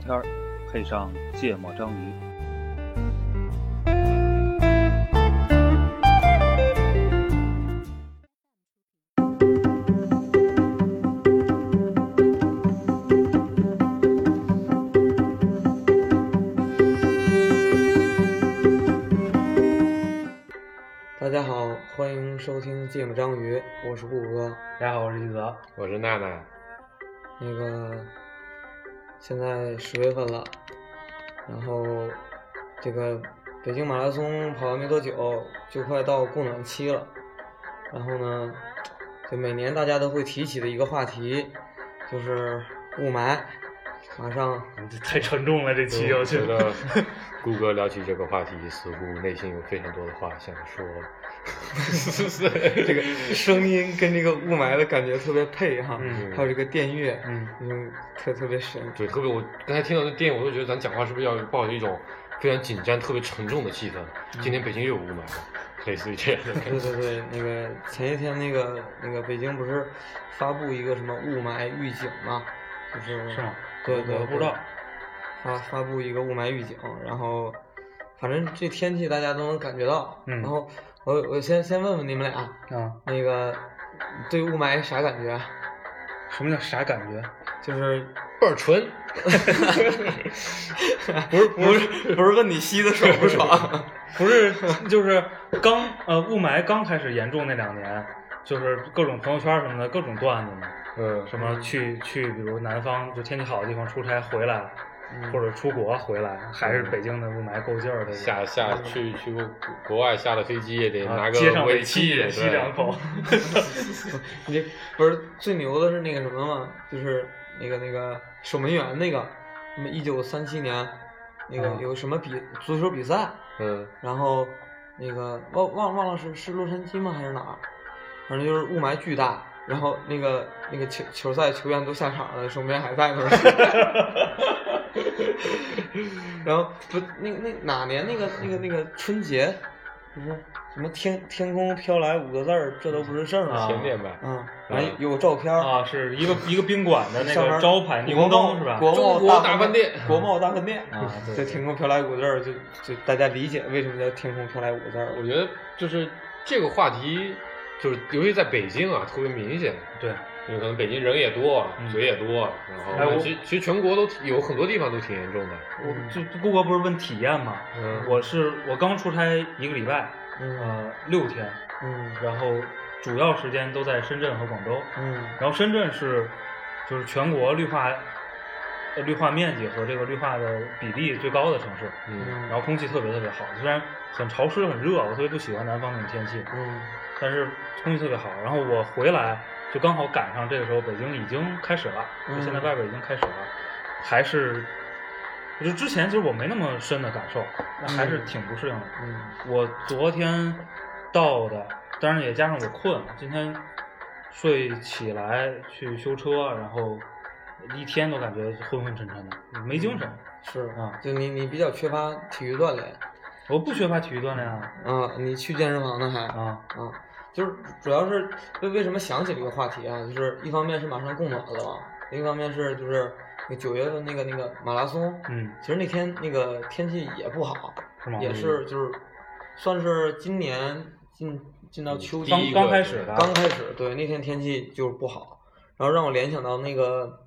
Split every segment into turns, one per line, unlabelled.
天儿，配上芥末章鱼。
大家好，欢迎收听《芥末章鱼》，我是顾哥。
大家好，我是一泽。
我是娜 娜，
那个，现在十月份了，然后这个北京马拉松跑完没多久，就快到供暖期了。然后呢，就每年大家都会提起的一个话题，就是雾霾。马上，
嗯这太沉重了，这期
我
又去
嗯觉得顾哥聊起这个话题，似乎内心有非常多的话想说。
这个声音跟这个雾霾的感觉特别配哈，
嗯
还有这个电乐，
嗯，
嗯，特特别神。
对，特别我刚才听到那电影，我就觉得咱讲话是不是要抱着一种非常紧张、特别沉重的气氛？今天北京又有雾霾了，类似于这样的感
对
觉。
对对，那个前些天那个那个北京不是发布一个什么雾霾预警嘛，就是
是吗？
对对，
我不知道。
发发布一个雾霾预警，然后反正这天气大家都能感觉到。
嗯
然后我我先先问问你们俩，
啊，
那个对雾霾啥感觉？啊
什么叫啥感觉？
就是
倍儿纯，啊
不 是不是不是问你吸的爽不爽？
不是，就是刚呃雾霾刚开始严重那两年，就是各种朋友圈什么的，各种段子嘛，
嗯，
什么去去比如南方就天气好的地方出差回来，
嗯
或者出国回来，还是北京的雾霾够劲儿的。
嗯下下去去过国外，下了飞机也得
啊
拿
接上
个
尾
气，
气吸两 口。
你这不是最牛的是那个什么吗？就是那个那个守门员那个，什么一九三七年那个
嗯
有什么比足球比赛，
对。嗯，
然后那个忘忘忘了是是洛杉矶吗还是哪儿，反正就是雾霾巨大，然后那个那个球球赛球员都下场了，守门员还在那儿。 然后不那个那哪年那个那个那个春节，不是什么天天空飘来五个字儿，这都不是事儿吗？
啊
前面吧，
嗯，完有有照片儿
啊，是一个一个宾馆的那
上
个
面
招牌霓虹灯是吧？
国贸
中国
大
大
饭
饭店
国贸大饭店
啊对
就
对
天空飘来五个字儿，就就大家理解为什么叫天空飘来五个字儿
我。觉得就是这个话题，就是尤其在北京啊，特别明显。
对，
因为可能北京人也多
嗯，
嘴也多，啊然后、
哎我
其实其实全国都有很多地方都挺严重的。
我就顾哥不是问体验吗？呃
嗯，
我是我刚出差一个礼拜，
嗯
呃，六天，
嗯
然后主要时间都在深圳和广州。
嗯
然后深圳是就是全国绿化呃绿化面积和这个绿化的比例最高的城市，
嗯
然后空气特别特别好，虽然很潮湿很热，我特别不喜欢南方那种天气，
嗯
但是空气特别好。然后我回来就刚好赶上这个时候，北京已经开始了，就现在
嗯
外边已经开始了，还是。就之前其实我没那么深的感受，那还是
嗯
挺不适应的。
嗯
我昨天到的，当然也加上我困，今天睡起来去修车，然后一天都感觉昏昏沉沉的，没精
嗯
神。
是
啊
就你你比较缺乏体育锻炼
我不缺乏体育锻炼啊
啊，你去健身房呢还啊，
啊，
就是主要是为为什么想起这个话题啊？就是一方面是马上供暖了嘛，另一方面是就是那九月份那个那个马拉松，
嗯，
其实那天那个天气也不好，
是吗？
嗯
也是就是算是今年进进到秋
嗯第
季
一啊
刚
个
开始的，
刚开始，对那天天气就是不好，然后让我联想到那个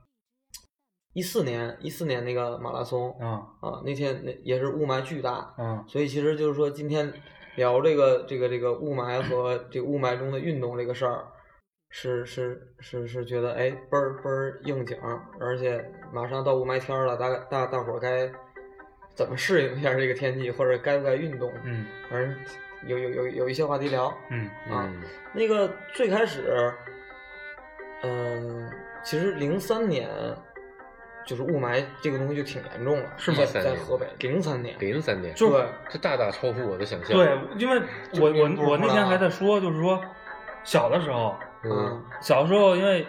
一四年一四年那个马拉松
嗯
啊
啊，那天那也是雾霾巨大，
啊
所以其实就是说今天聊这个这个这个雾霾和这个雾霾中的运动这个事儿。是是是是觉得哎倍儿倍儿应景儿，而且马上到雾霾天儿了，大概大大伙儿该怎么适应一下这个天气，或者该不该运动？
嗯
反正有有有有一些话题聊。
嗯
啊
嗯
那个最开始，嗯、其实零三年就是雾霾这个东西就挺严重了，
是吗
在
03
在
年
河北零三年，
零三年，
就
对
这大大超乎我的想象。
对，因为
就
我
你不
我我那
知道
天
啊
还在说，就是说小的时候，
嗯，
嗯
小的时候因为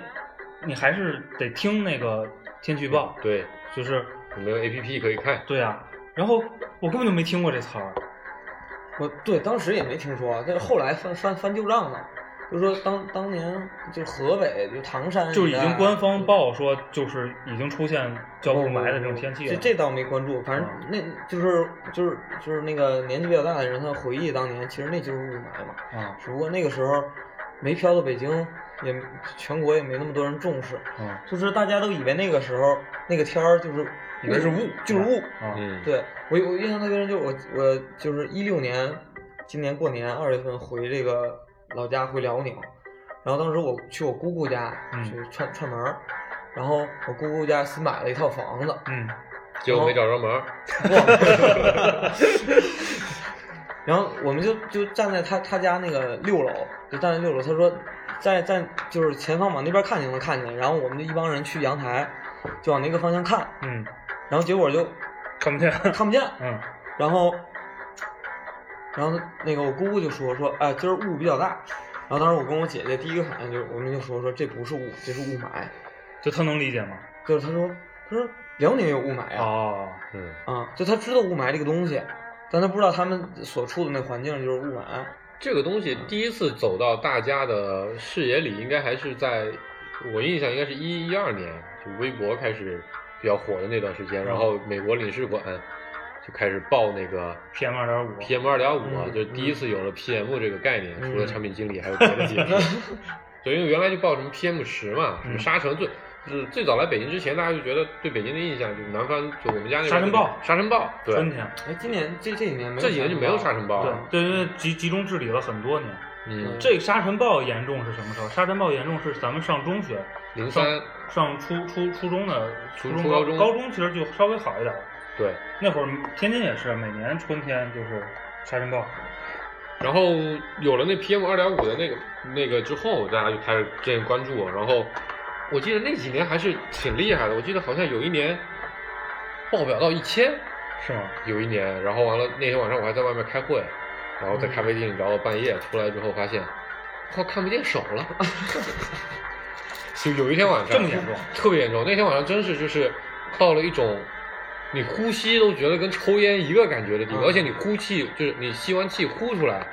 你还是得听那个天气预报，
对，
就是
有没有 A P P 可以看？
对啊，然后我根本就没听过这词儿。
我对当时也没听说，但是后来翻翻翻旧账了，就说当当年就河北就唐山
就
一
已
带啊
经官方报说，就是已经出现较雾霾的这种天气
这
了。
这倒没关注，反正
啊
那就是就是就是那个年纪比较大的人，他回忆当年，其实那就是雾霾嘛。
啊
只不过那个时候没飘到北京，也全国也没那么多人重视，
啊
就是大家都以为那个时候那个天儿就是
以为是雾
就是雾。
啊！
嗯，
对我我印象特别深，就是我我就是一六年，今年过年二月份回这个老家回辽宁，然后当时我去我姑姑家
嗯
去串、串门儿，然后我姑姑家新买了一套房子，
嗯
结果没找着门儿，
然后我们就就站在他他家那个六楼，就站在六楼。他说在在就是前方往那边看就能看见。然后我们就一帮人去阳台，就往那个方向看，
嗯，
然后结果就
看不见。
看不见。
嗯
然后，然后那个我姑姑就说说，哎，今儿雾比较大。然后当时我跟我姐姐第一个反应就是，我们就说说这不是雾，这是雾霾。
就他能理解吗？
就是她说她说辽宁有雾霾啊，
哦，
嗯，
啊，就她知道雾霾这个东西，但她不知道他们所处的那环境就是雾霾。
这个东西第一次走到大家的视野里，应该还是在我印象应该是一一二年，就微博开始比较火的那段时间，然后美国领事馆就开始报那个
PM 二点五
PM 二点五啊
嗯，
就是第一次有了 PM 这个概念，
嗯
除了产品经理，还有别的解 释。对，因为原来就报什么 PM 十嘛，什么
嗯
沙尘最。就是最早来北京之前，大家就觉得对北京的印象就是南方，就我们家那边
沙尘暴
沙尘暴，对，
春天，
哎，今年这这几年没有
这几年就没有沙尘暴
对
了。
对，因为集集中治理了很多年。
嗯，
这个沙尘暴严重是什么时候？沙尘暴严重是咱们上中学，
零三，
上初初初中的初
初
中
初
高
高中
高中其实就稍微好一点了。
对，
那会儿天津也是，每年春天就是沙尘暴。
然后有了那 PM 二点五的那个那个之后，大家就开始渐渐关注。然后我记得那几年还是挺厉害的，我记得好像有一年报表到一千，
是吗？
有一年。然后完了那天晚上我还在外面开会，然
嗯
后在咖啡厅里聊到半夜，出来之后发现，靠，看不见手 了。就有一天晚上
这么严重，啊
特别严重。那天晚上真是就是到了一种你呼吸都觉得跟抽烟一个感觉的地步，
嗯
而且你呼气就是你吸完气呼出来，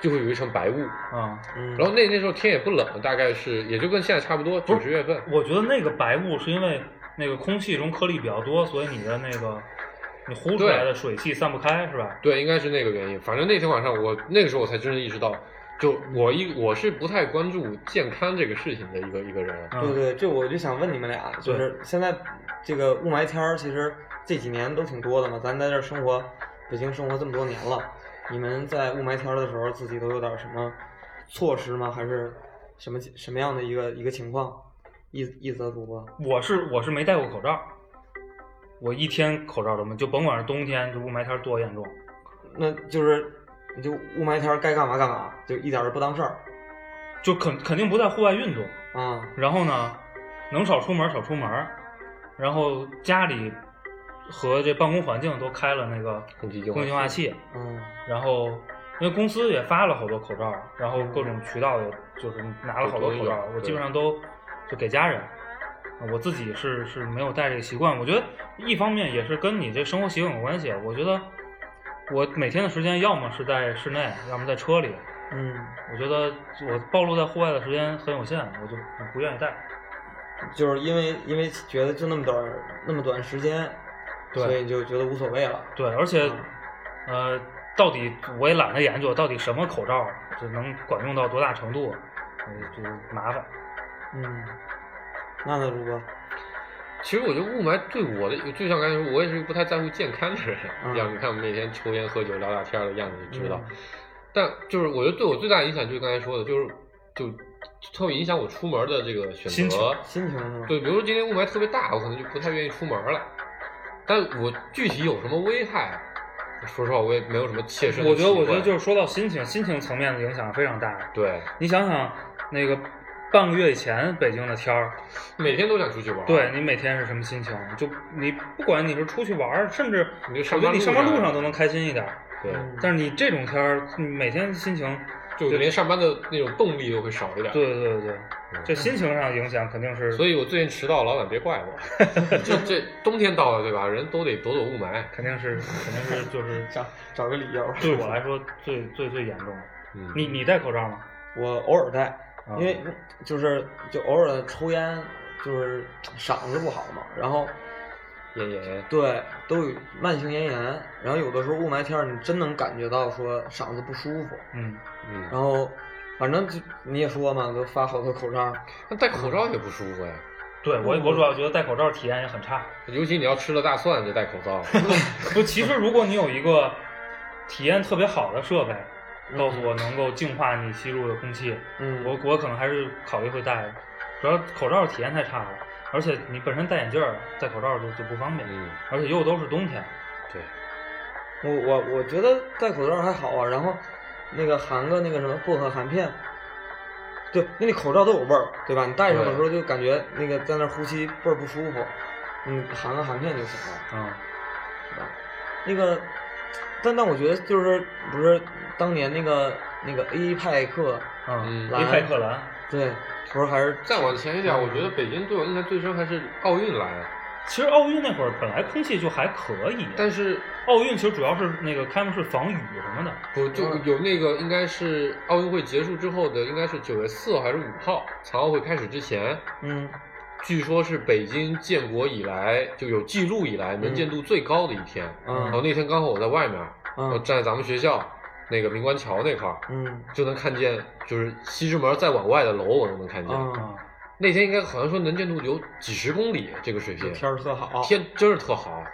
就会有一层白雾。
啊、
嗯，
然后那那时候天也不冷，大概是也就跟现在差不多，
不
九
是
十月份。
我觉得那个白雾是因为那个空气中颗粒比较多，所以你的那个你呼出来的水汽散不开，是吧？
对，应该是那个原因。反正那天晚上我那个时候我才真正意识到，就我一我是不太关注健康这个事情的一个一个人。啊
嗯、
对对，这我就想问你们俩，就是现在这个雾霾天儿，其实这几年都挺多的嘛。咱在这儿生活，北京生活这么多年了，你们在雾霾天儿的时候，自己都有点什么措施吗？还是什么什么样的一个一个情况？一一则主播，
我是我是没戴过口罩，我一天口罩都没，就甭管是冬天，就雾霾天多严重，
那就是你就雾霾天儿该干嘛干嘛，就一点儿也不当事儿
就肯肯定不在户外运动。
啊。
然后呢，能少出门儿少出门儿，然后家里和这办公环境都开了那个
空气净化
空气净化器，
嗯
然后因为公司也发了好多口罩儿，然后各种渠道也就是拿了好多口罩儿
都，有
我基
对
本上都就给家人。啊我自己是是没有带这个习惯，我觉得一方面也是跟你这生活习惯有关系。我觉得我每天的时间要么是在室内，要么在车里。
嗯，
我觉得我暴露在户外的时间很有限，我就不不愿意戴。
就是因为因为觉得就那么短儿那么短时间，
对
所以就觉得无所谓了。
对，而且，
嗯
呃，到底我也懒得研究，到底什么口罩就能管用到多大程度，呃就麻烦。
嗯，娜娜主播，
其实我觉得雾霾对我的，就像刚才说，我也是一个不太在乎健康的人。
嗯
样子，你看我们每天抽烟喝酒聊聊天儿的样子，就知道。
嗯
但就是我觉得对我最大的影响，就是刚才说的，就是就特别影响我出门的这个选
心情
择。
心情是吗？
对，比如说今天雾霾特别大，我可能就不太愿意出门了。但我具体有什么危害，说实话我也没有什么切身的
我觉得，我
体
觉
会
得就是说到心情，心情层面的影响非常大。
对，
你想想，那个半个月以前北京的天儿，
每天都想出去玩儿。
对你每天是什么心情？就你不管你是出去玩儿，甚至
你就
我
上
觉得
班
你上班
路
路
上
上都能开心一点儿。
对，
嗯
但是你这种天儿，你每天心情，
就连上班的那种动力都会少一点。
对对对，
嗯
这心情上影响肯定是，
所以我最近迟到，老板别怪 我。这这冬天到了，对吧？人都得躲躲雾霾。
肯定 是肯定是就是
找找个理由。
对我来说最最最严重的。
嗯，
你你戴口罩吗？
我偶尔带，
啊
因为就是就偶尔抽烟，就是嗓子不好嘛，然后
咽炎，
对都有慢性咽炎，然后有的时候雾霾天儿你真能感觉到说嗓子不舒服，
嗯，
嗯，
然后反正就你也说嘛，都发好多口罩，
那戴口罩也不舒服呀，
对我我主要觉得戴口罩体验也很差。
尤其你要吃了大蒜就戴口 罩，
不，其实如果你有一个体验特别好的设备，告诉我能够净化你吸入的空气，
嗯，
我我可能还是考虑会戴，主要口罩体验太差了，而且你本身戴眼镜儿戴口罩就就不方便，
嗯，
而且又都是冬天，
对，
我我我觉得戴口罩还好啊，然后那个含个那个什么薄荷含片，对，那你口罩都有味儿，对吧？你戴上的时候就感觉那个在那儿呼吸倍儿不舒服，你含个含片就行了，
嗯
是吧？那个，但但我觉得就是不是当年那个那个 A 派克，
嗯，
蓝
一派克蓝，
对，不是还是
再往前一点，我觉得北京对我印象最深还是奥运来，
其实奥运那会儿本来空气就还可以，
但是
奥运其实主要是那个开幕式防雨什么的，
不就有那个应该是奥运会结束之后的，应该是九月四号还是五号，残奥会开始之前，
嗯
据说是北京建国以来就有记录以来能
嗯
见度最高的一天。然后
嗯
那天刚好我在外面，我
嗯
站在咱们学校那个明官桥那块儿，
嗯
就能看见，就是西直门再往外的楼我都能看见。
嗯，
啊、
那天应该好像说能见度有几十公里这个水平，
天儿特好，
天真是特好。
啊，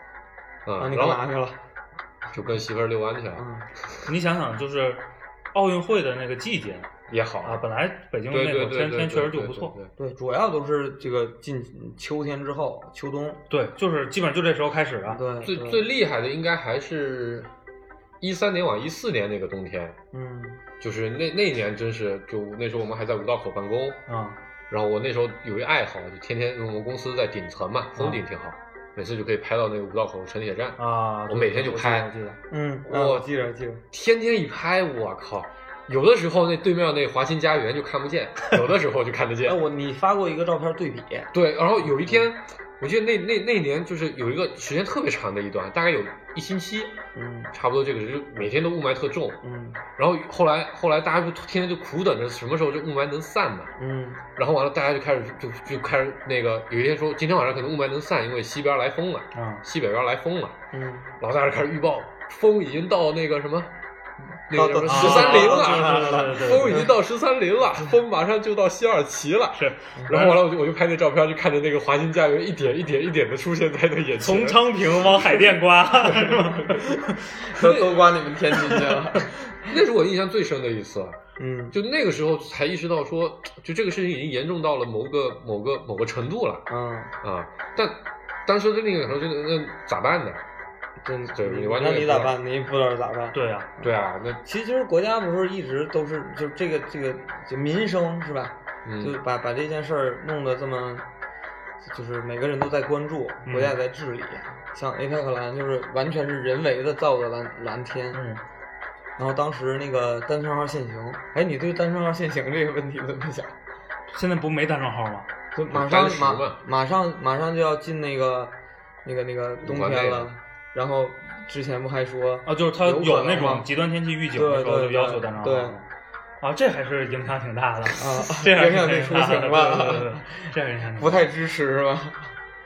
嗯，
你
然
干
后
嘛去了？
就跟媳妇儿遛弯去了，
嗯
你想想就是奥运会的那个季节
也好
啊，本来北京
对
那
对
会儿
对对，
天
对
天确实就
对
不错
对，对
对，主要都是这个近秋天之后，秋冬。
对，就是基本上就这时候开始啊了，
对，
最
对
最厉害的应该还是一三年往一四年那个冬天，
嗯
就是那那一年真是就那时候我们还在五道口办公，
啊、
然后我那时候有一爱好，就天天因为我们公司在顶层嘛，风景挺好，每次就可以拍到那个五道口城铁站，
啊，
我每天就
对
拍
我记得，
嗯，啊
我
记着记着，
天天一拍，我靠！有的时候那对面那华新家园就看不见，有的时候就看 得见
哎，。我你发过一个照片对比，
对，然后有一天，我记得那那那年就是有一个时间特别长的一段，大概有一星期，
嗯
差不多这个时候每天都雾霾特重。
嗯
然后后来后来大家就天天就苦等着什么时候这雾霾能散嘛。
嗯
然后完了，大家就开始就就开始那个有一天说今天晚上可能雾霾能散，因为西边来风了，
啊、
西北边来风了。
嗯，
老大家开始预报，风已经到那个什么，那个什么
到
十三陵了。
啊对对对对
风已经到十三陵了，风马上就到西二旗了。
是
然后完了，我就我就拍那照片，就看着那个华新家园一点一点一点的出现在他眼前。
从昌平往海淀刮， 是吗？
都都刮你们天津去了，
那是我印象最深的一次，
嗯
就那个时候才意识到说，就这个事情已经严重到了某个某个某个程度了
嗯，
啊！但当时的那个时候，真的那咋办呢？
真
对你完
那
全
你
也
咋
不知道
办？你也不知道咋办。
对啊，
对啊，那
其实国家不是一直都是就这个这个就民生是吧？就
嗯
把把这件事儿弄得这么，就是每个人都在关注，
嗯
国家也在治理。像 A 派克蓝就是完全是人为的造的蓝蓝天，
嗯，
然后当时那个单双号限行，哎，你对单双号限行这个问题怎么想？
现在不没单双号吗？
就马
单
上
十
马
嘛
马上马上就要进那个那个那个冬
完
天
美
了
了，
然后之前不还说
啊，就是他
有可
有
能
那
吗
种极端天气预警的时候
对对
就要求单双号
对
吗，啊，这还是影响挺大的，
啊
这还是
影响
挺
这出
大的
行了
对对对对这还是影响挺大的
不太支持是吧？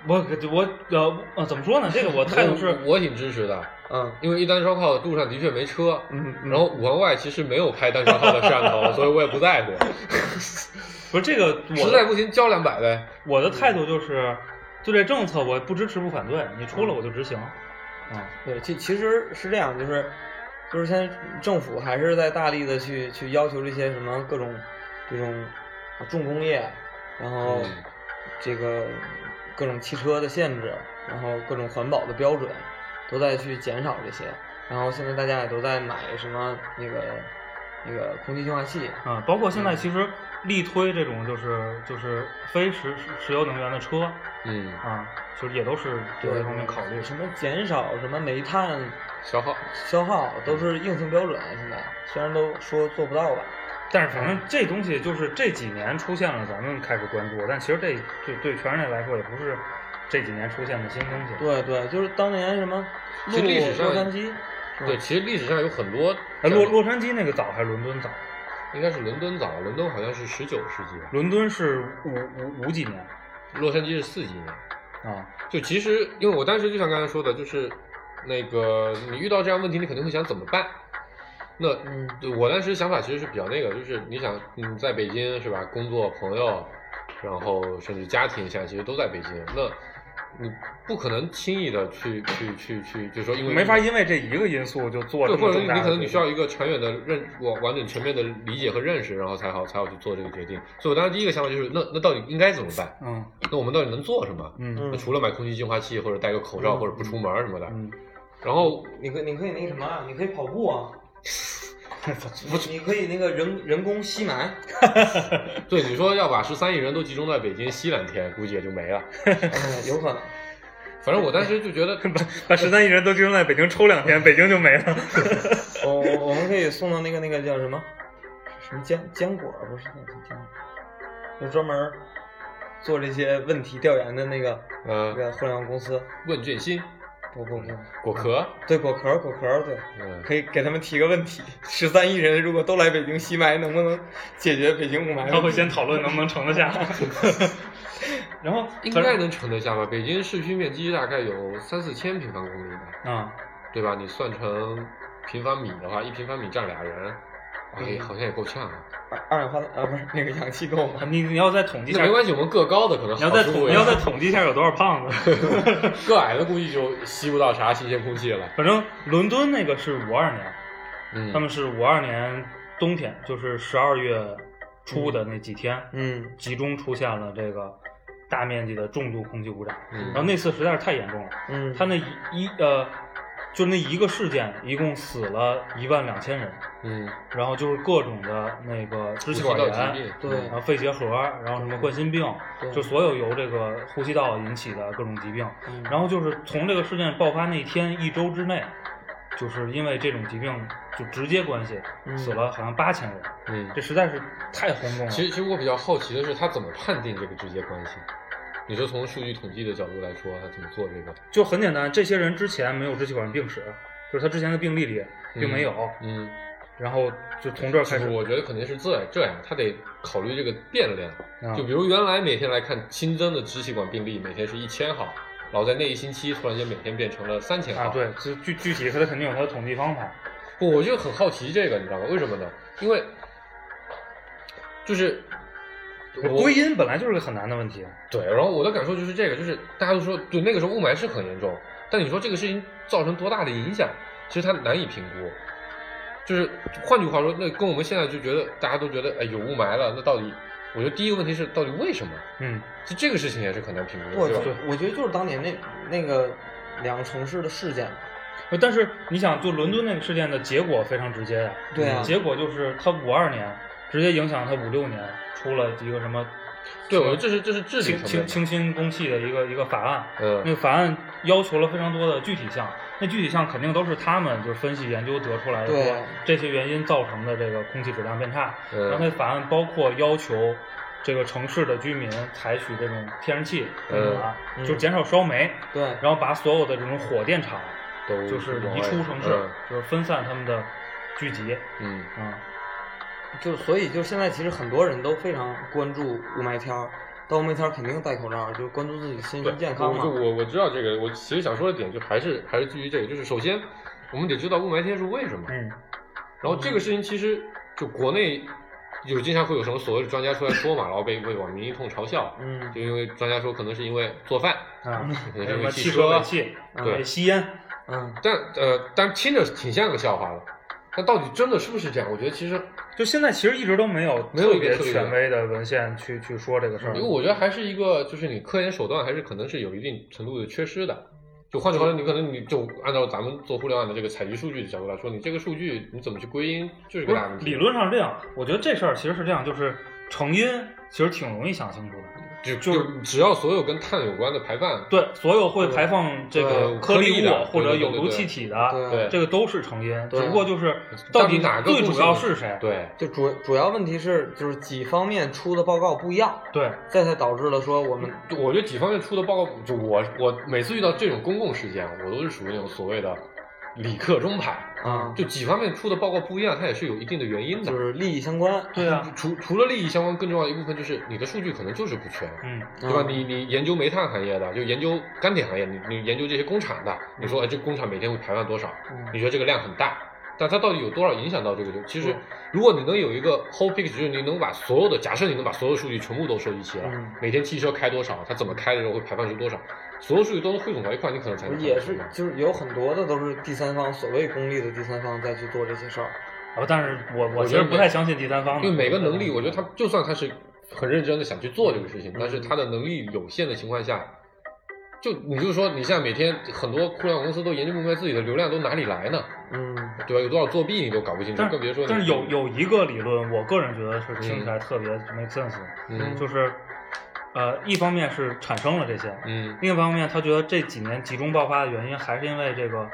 我我呃呃怎么说呢？这个我态度是
我我挺支持的，
嗯
因为一单烧烤路上的确没车，
嗯，嗯
然后五环外其实没有拍单烧烤的摄像头，所以我也不在乎。
不是这个我
实在
的
不行交两百呗。
我的态度就是对这政策我不支持不反对，你出了
嗯
我就执行，啊，
对，其其实是这样，就是就是现在政府还是在大力的去去要求这些什么各种这种重工业，然后
嗯
这个各种汽车的限制，然后各种环保的标准都在去减少这些。然后现在大家也都在买什么那个那个空气净化器，
啊，包括现在其实力推这种就是就是非石石油能源的车
嗯，
啊，其实也都是有这方面考虑。
什么减少什么煤炭
消耗。
消耗都是硬性标准。现在虽然都说做不到吧，
但是
嗯
反正这东西就是这几年出现了，咱们开始关注，但其实这对对全人类来说也不是这几年出现的新东西。
对对，就是当年什么
其
路
实历史上
洛杉矶，是吧
对，其实历史上有很多
哎哎，洛洛杉矶那个早还是伦敦早？
应该是伦敦早，伦敦好像是十九世纪吧，
伦敦是五五五几年
洛杉矶是四几年。
啊，
就其实，因为我当时就像刚才说的，就是那个你遇到这样问题，你肯定会想怎么办。那
嗯
我当时想法其实是比较那个，就是你想你在北京是吧，工作、朋友，然后甚至家庭，现在其实都在北京。那你不可能轻易的去去去去，就说因为
没法因为这一个因素就做
对，
这
或
么
者
重
你
大的
可能你
决定
需要一个长远的认完完整全面的理解和认识，然后才好才好去做这个决定。所以我当时第一个想法就是，那那到底应该怎么办？
嗯
那我们到底能做什么？
嗯
嗯
那除了买空气净化器或者戴个口罩
嗯
或者不出门儿什么的，
嗯，
然后
你可你可以那什么啊，你可以跑步啊，
不
你可以那个人人工吸 霾，
对你说要把十三亿人都集中在北京吸两天，估计也就没了。
哎，有可能。
反正我当时就觉得，
把 把十三亿人都集中在北京抽两天，北京就没 了。
我我我们可以送到那个那个叫什么什么坚坚果不是那个坚果，就专门做这些问题调研的那个那
呃，
个互联网公司。
问卷星、
不不不，
果壳，
对果壳果壳对，
嗯，
可以给他们提个问题：十三亿人如果都来北京吸霾，能不能解决北京雾霾？
他会先讨论能不能盛得下， 然后
应该能盛得下吧？北京市区面积大概有三四千平方公里吧，
啊，
对吧？你算成平方米的话，一平方米占俩人，哎，
嗯
好像也够呛啊。
二二氧化碳啊，不是那个氧气够吗？
你你要再统计一
那
下
没，关系，我们个高的可能
你要再
好
统
处
你要再统计一下有多少胖子。
个矮的估计就吸不到啥新鲜空气了。
反正伦敦那个是五二年，
嗯，
他们是五二年冬天，就是十二月初的那几天，
嗯
集中出现了这个大面积的重度空气污染。
嗯
然后那次实在是太严重了，
嗯，
他那一一呃，就那一个事件，一共死了一万两千人，
嗯，
然后就是各种的那个支气
呼吸
管
道嗯疾
炎
病，，
对
然后肺结核，然后什么冠心病
对，
就所有由这个呼吸道引起的各种疾病。
嗯
然后就是从这个事件爆发那天一周之内，就是因为这种疾病就直接关系
嗯
死了好像八千人，
嗯
这实在是太轰动了。
其实，其实我比较好奇的是，他怎么判定这个直接关系？你说从数据统计的角度来说，他怎么做这个？
就很简单，这些人之前没有支气管病史，就是他之前的病历里并没有，
嗯，
然后就从这儿开
就
始。
是我觉得肯定是这这样，他得考虑这个变量。
啊
就比如原来每天来看新增的支气管病例，每天是一千号，然后在那一星期突然间每天变成了三千
啊，
号。
对，就具具体他肯定有他的统计方法。
不，我就很好奇这个，你知道吗？为什么呢？因为就是我
归因本来就是个很难的问题。
对，然后我的感受就是这个，就是大家都说，对那个时候雾霾是很严重，但你说这个事情造成多大的影响，其实它难以评估。就是换句话说，那跟我们现在就觉得大家都觉得，哎，有雾霾了，那到底，我觉得第一个问题是到底为什么？
嗯，
就这个事情也是很难评估
我
的，
觉
对
得
吧？
我觉得就是当年那那个两个城市的事件，
呃但是你想，就伦敦那个事件的结果非常直接呀、嗯
对啊
结果就是他五二年直接影响他五六年出了一个什么
对，我觉得这是这是治
清
理层面
清
的。
清新公器的一个一个法案。那
嗯
个法案要求了非常多的具体项，那具体项肯定都是他们就是分析研究得出来的，
对
说这些原因造成的这个空气质量变差。然后它
嗯
法案包括要求这个城市的居民采取这种天然气那种啊，
嗯
就减少烧煤，
对，
然后把所有的这种火电厂
都
就是移出城市，就是分散他们的聚集
嗯
啊、
就是所以就现在其实很多人都非常关注雾霾天儿，到雾霾天儿肯定戴口罩，就是关注自己身
对
心健康
我
嘛
就。我我知道这个，我其实想说的点就还是还是基于这个，就是首先我们得知道雾霾天是为什么。
嗯，
然后这个事情其实就国内有经常会有什么所谓的专家出来说嘛，然后被被网民一通嘲笑，
嗯
就因为专家说可能是因为做饭，
啊，
可
还
能
有什么
是因为
汽车
车
尾，气，
对
啊吸烟，
嗯，
但呃，但听着挺像个笑话的。但到底真的是不是这样？我觉得其实，
就现在其实一直都没有
没有
特
一个
别
特别嗯
权威的文献去去说这个事
因
儿
为。我觉得还是一个，就是你科研手段还是可能是有一定程度的缺失的。就换句话说，你可能你就按照咱们做互联网的这个采集数据的角度来说，你这个数据你怎么去归因，就是
不
个
是
大问题。
理论上是这样，我觉得这事儿其实是这样，就是成因其实挺容易想清楚的。
就就只要所有跟碳有关的排放，
对，所有会排放这个
对
颗
颗粒
粒物
的
或者
对对
有
对
毒
对
气体的，
对
对，
这个都是成因，
对
只不过就是
到
底
底哪个
最
不
主要
行
是谁？
对，
就主主要问题是就是几方面出的报告不一样，
对，
这才导致了说我们
就我觉得几方面出的报告，就我我每次遇到这种公共事件，我都是属于那种所谓的里克中排，
啊，
就几方面出的报告不一样，它也是有一定的原因的。
就是利益相关，
对啊，
除除了利益相关，更重要的一部分就是你的数据可能就是不全，
嗯，
对吧？
嗯
你你研究煤炭行业的，就研究钢铁行业，你你研究这些工厂的，
嗯
你说哎，这工厂每天会排放多少？你觉得这个量很大，但它到底有多少影响到这个就？其实
对，
如果你能有一个 whole picture，就是你能把所有的假设，你能把所有数据全部都收集齐了，
嗯
每天汽车开多少，它怎么开的时候会排放出多少，所有数据都能汇总到一块，你可能才能
也
看
是
得出来
就是有很多的都是第三方所谓功利的第三方在去做这些事儿，
哦，但是我我
我
其
觉
实
得
不
每
太相信第三方的，嗯
因为每个能力，我觉得他就算他是很认真的想去做这个事情，但是他的能力有限的情况下，就你就说你现在每天很多互联网公司都研究不明白自己的流量都哪里来呢，
嗯，
对吧？有多少作弊你都搞不清楚，
但
更别说
但是
你
有有一个理论，我个人觉得是听起来特别 make sense，、
嗯
就是，呃，一方面是产生了这些，
嗯
另一方面他觉得这几年集中爆发的原因还是因为这个，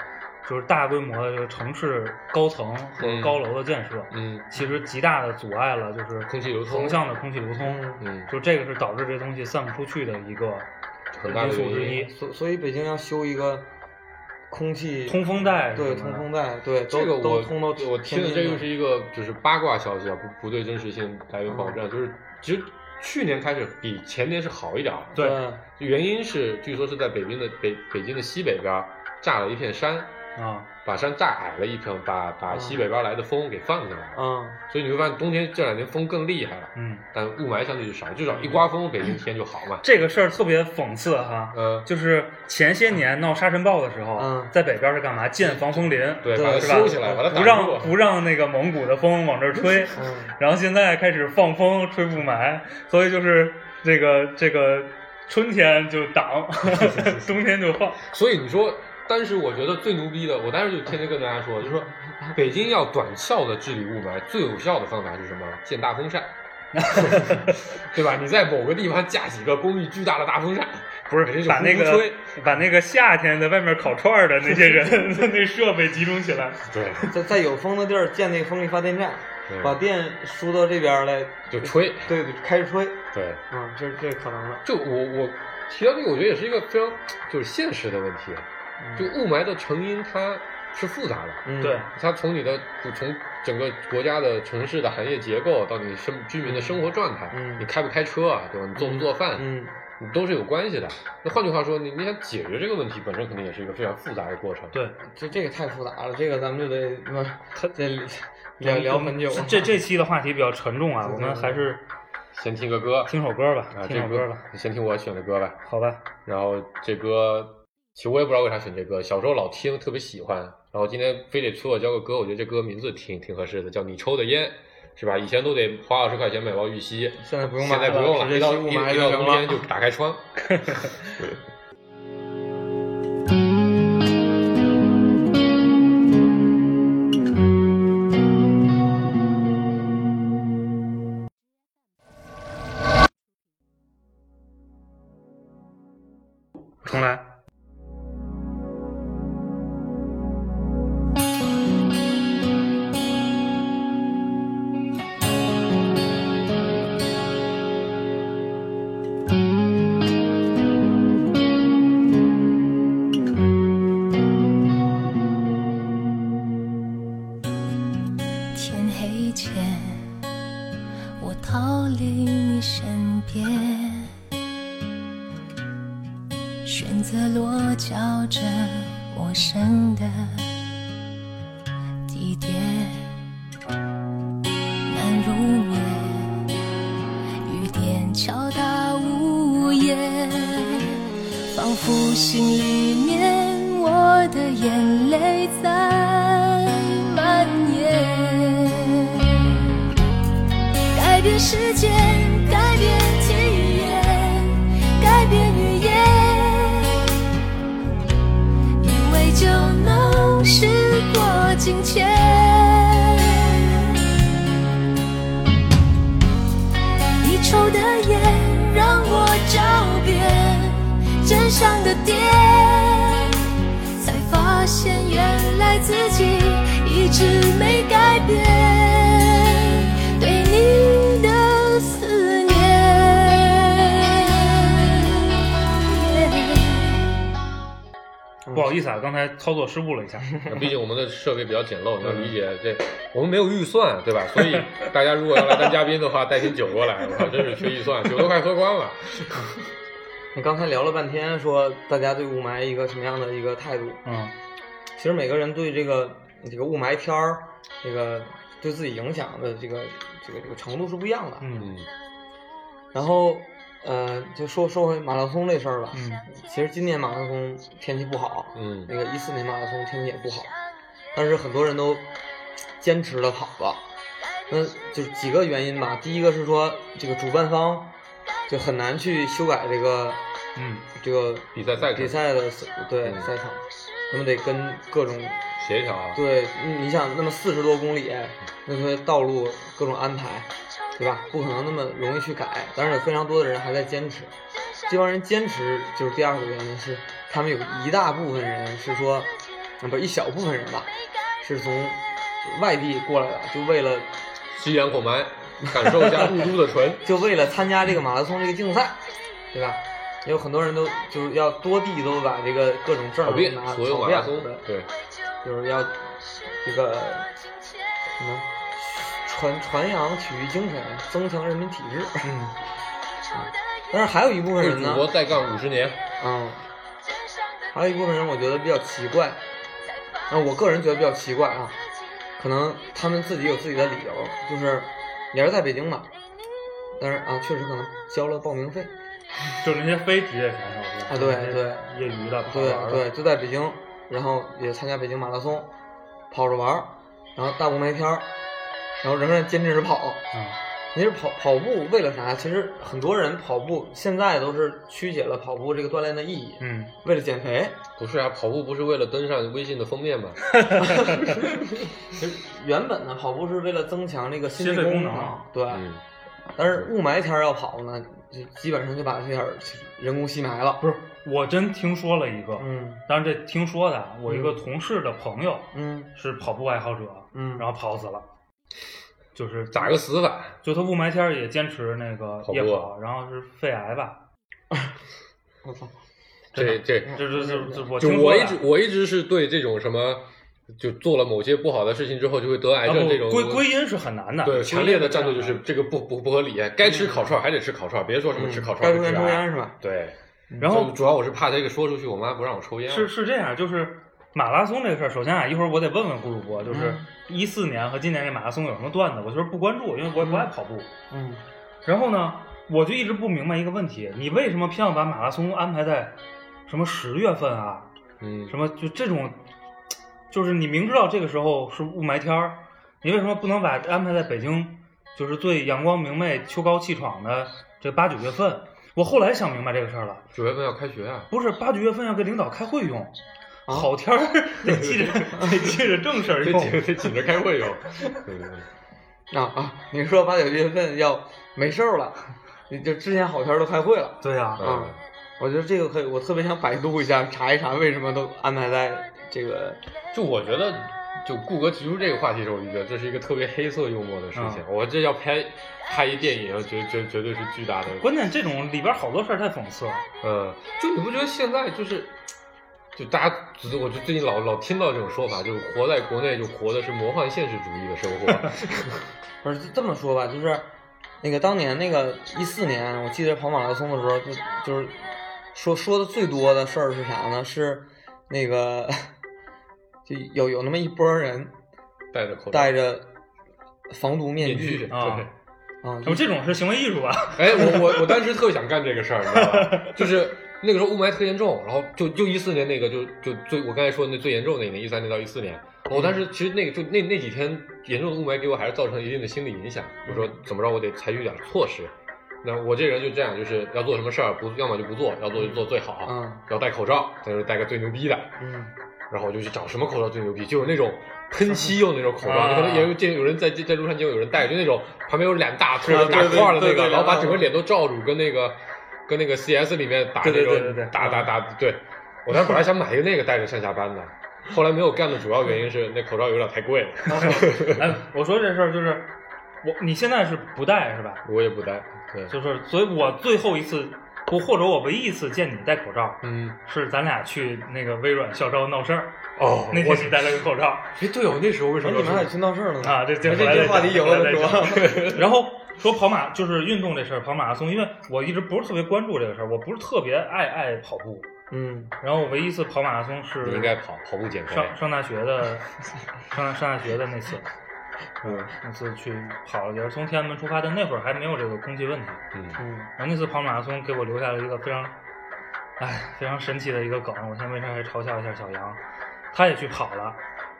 就是大规模的这个城市高层和
嗯
高楼的建设，
嗯
其实极大的阻碍了就是
空气流通
横向的空气流通，
嗯，
就这个是导致这东西散不出去的一个
很大的
因素之
原因
一。
所所以北京要修一个空气
通风带
对
什么
通
的
风带，对，都
这个我
都通到
我
天津
听的这又
去
是一个就是八卦消息啊，不不对真实性来源保证，就是其实去年开始比前年是好一点儿，
对
原因是据说是在北京的北北京的西北边儿炸了一片山，
啊，
把山炸矮了一层，把把
嗯
西北边来的风给放进
啊
来了，
嗯
所以你会发现冬天这两年风更厉害了，
嗯，
但雾霾相对就少，至少一刮风北京天就好嘛。
这个事儿特别讽刺哈。
呃，
就是前些年闹沙尘暴的时候，
嗯
在北边是干嘛建防风林，
对，
对
把它
是
吧
收起来，把它
不
挡
让
住。
不让那个蒙古的风往这儿 吹，
嗯
然后现在开始放风吹雾霾，所以就是这个这个春天就挡， 冬天就放。
所以你说，当时我觉得最牛逼的，我当时就天天跟大家说，就说北京要短效的治理雾霾，最有效的方法是什么？建大风扇，对吧？你在某个地方架几个公寓巨大的大风扇，
不是
肯定是
把那
呼呼
个
吹
把那个夏天在外面烤串儿的那些 人那设备集中起来，
对，
在在有风的地儿建那个风力发电站，
对
把电输到这边儿来，
就吹，
对，开始吹，
对。
嗯，这这可能的，
就我我提到这个，我觉得也是一个非常就是现实的问题。就雾霾的成因，它是复杂的，
嗯
对，
它从你的从整个国家的城市的行业结构到你生居民的生活状态，
嗯
你开不开车啊，对吧？你做不做饭，
嗯
你都是有关系的。那换句话说，你你想解决这个问题，本身肯定也是一个非常复杂的过程。
对，
这这个太复杂了，这个咱们就得那
他
得聊聊很久。
这这期的话题比较沉重啊，
对
我们还是
先听个歌，
听首歌吧，
啊，
听
这
首歌吧，，
先听我选的歌吧。
好吧。
然后这歌，其实我也不知道为啥选这歌，小时候老听，特别喜欢。然后今天非得出我教个歌，我觉得这歌名字挺挺合适的，叫《你抽的烟》，是吧？以前都得花二十块钱买包玉溪，
现在不用买
现在
了，
不用了，
直
一
接
到
吸雾
一
霾
一到
行
冬
了
天就打 开窗。
重来。
天黑前，我逃离你身边，选择落脚这陌生的地点，难入眠，雨点敲打屋檐，仿佛心里面我的眼泪在蔓延。改变时间，改变体验，改变语言，以为就能时过境迁。你抽的烟让我找遍真相的点，才发现原来自己一直没改变对你的思念。
嗯
不好意思啊，刚才操作失误了一下。
毕竟我们的设备比较简陋，
嗯
你要理解这我们没有预算，对吧？所以大家如果要来当嘉宾的话，带瓶酒过来，我靠，真是缺预算，酒都快喝光了。
你刚才聊了半天，说大家对雾霾一个什么样的一个态度？
嗯，
其实每个人对这个这个雾霾天儿，这个对自己影响的这个这个这个程度是不一样的。
嗯
嗯
然后，呃，就说说回马拉松这事儿吧。
嗯
其实今年马拉松天气不好，
嗯
那个一四年马拉松天气也不好，但是很多人都坚持的跑了。那就是几个原因吧。第一个是说这个主办方就很难去修改这个
嗯
这个
比赛赛程
比赛的对
嗯
赛场，他们得跟各种
协调啊，
对，嗯你你想那么四十多公里，那些道路各种安排，对吧？不可能那么容易去改，但是有非常多的人还在坚持。这帮人坚持就是第二个原因是，他们有一大部分人是说，啊不是一小部分人吧，是从外地过来的，就为了
吸烟火霾，感受 一下雾都的醇。
就为了参加这个马拉松这个竞赛，对吧？也有很多人都就是要多地都把这个各种证
跑
儿
遍
拿
所有
跑
马
遍
拉松
对，
对，
就是要这个什么传传扬体育精神，增强人民体质。
嗯，
但是还有一部分
为
人
祖
呢
国，再杠五十年。
嗯，还有一部分人我觉得比较奇怪，那我个人觉得比较奇怪啊，可能他们自己有自己的理由，就是也是在北京嘛，但是啊，确实可能交了报名费，
就是那些非职业选手
啊对对，
业余的跑
对
玩儿的
对，就在北京，然后也参加北京马拉松，跑着玩儿，然后大雾霾天儿，然后仍然坚持着跑，
啊，
你是跑跑步为了啥？其实很多人跑步现在都是曲解了跑步这个锻炼的意义，
嗯，
为了减肥。
不是啊，跑步不是为了登上微信的封面吗？
其实原本呢，跑步是为了增强这个心
心
肺
肺功
能，
能
对。
嗯，
但是雾霾天儿要跑呢，就基本上就把这点儿人工吸埋了。
不是，我真听说了一个，
嗯
当然这听说的啊，我一个
嗯
同事的朋友
嗯
是跑步爱好者，
嗯，
然后跑死了，就是
咋个死法？
就他雾霾天儿也坚持那个
跑
夜
步
跑，然后是肺癌吧，
我操，
这这
嗯
这这这这我
就
听说
我
的
一直我一直是对这种什么，就做了某些不好的事情之后就会得癌
啊
症
不
这种
归归因是很难的，
对，
归
强
因
烈的
很
战斗就
难
是这个不不不合理，该吃烤串还得吃烤串，别说什么
嗯
吃烤啊
该
串
抽烟
会致
抽
癌。
烟是吧？
对，
然后
就主要我是怕这个说出去，我妈不让我抽烟。啊
是是这样，就是马拉松这个事儿，首先啊，一会儿我得问问顾主播，就是
嗯
一四年和今年这马拉松有什么段子？我就是不关注，因为我也不爱跑步。
嗯
然后呢，我就一直不明白一个问题：你为什么偏要把马拉松安排在什么十月份啊？
嗯，
什么就这种，就是你明知道这个时候是雾霾天儿，你为什么不能把安排在北京，就是最阳光明媚、秋高气爽的这八九月份？我后来想明白这个事儿了，
九月份要开学啊，
不是八九月份要给领导开会用，
啊
好天儿 得记着得记着正事儿
得
用。
紧得紧着开 会哟。对对对嗯
啊啊，你说八九月份要没事儿了，你就之前好天儿都开会了。
对呀、
嗯
嗯
我觉得这个可以，我特别想百度一下，查一查为什么都安排在这个
就我觉得，就顾哥提出这个话题的时候，我就觉得这是一个特别黑色幽默的事
啊
情。我这要拍拍一电影，绝绝绝对是巨大的。
关键这种里边好多事儿太讽刺了。
嗯，就你不觉得现在就是，就大家，我就最近老老听到这种说法，就活在国内就活的是魔幻现实主义的生活。
不是就这么说吧，就是那个当年那个一四年，我记得跑马拉松的时候，就就是说说的最多的事儿是啥呢？是那个就有有那么一波人
戴着口罩，
戴着防毒面
面
具
具。
啊
对。
啊，
我这种是行为艺术吧？
哎，我我我当时特想干这个事儿，你知道吧？就是那个时候雾霾特严重，然后就就一四年那个就就最我刚才说的那最严重那一年，一三年到一四年，我当时其实那个就那那几天严重的雾霾给我还是造成一定的心理影响。我说怎么着我得采取点措施。那我这人就这样，就是要做什么事儿不要么就不做，要做就做最好，啊
嗯
要戴口罩，再就是戴个最牛逼的。
嗯
然后我就去找什么口罩最牛逼，就有那种喷漆用那种口罩，
啊
你可能也有见有人在在路上见过有人戴，就那种旁边有俩大特别大
对对
块儿的
对
那
对
个，
对
然后把
对
整个脸都罩住，跟那个跟那个 CS 里面打
对
那
对对对对
种打打打，对我当时本来想买一个那个戴着上下班的，后来没有干的主要原因是那口罩有点太贵了，
哎，我说这事儿就是，我你现在是不戴是吧？
我也不戴，对，
就是，所以我最后一次我或者我唯一一次见你戴口罩，
嗯，
是咱俩去那个微软校招闹事儿，
哦，
那
我
天你戴了个口 罩
哎，对哦，那时候为什
哎，
么
你们
要
还
说
去闹事儿了呢？哎
啊，这这
这这话题以后再说。
然后说跑马就是运动这事儿，跑马拉松，因为我一直不是特别关注这个事儿，我不是特别爱爱跑步。
嗯，
然后我唯一一次跑马拉松是
你应该跑跑步减肥
上？上大学的，上上大学的那次，
嗯
那次去跑也是从天安门出发，但那会儿还没有这个空气问题。
嗯，
嗯，
然后那次跑马拉松给我留下了一个非常，哎，非常神奇的一个梗。我现在为啥还嘲笑一下小杨？他也去跑了，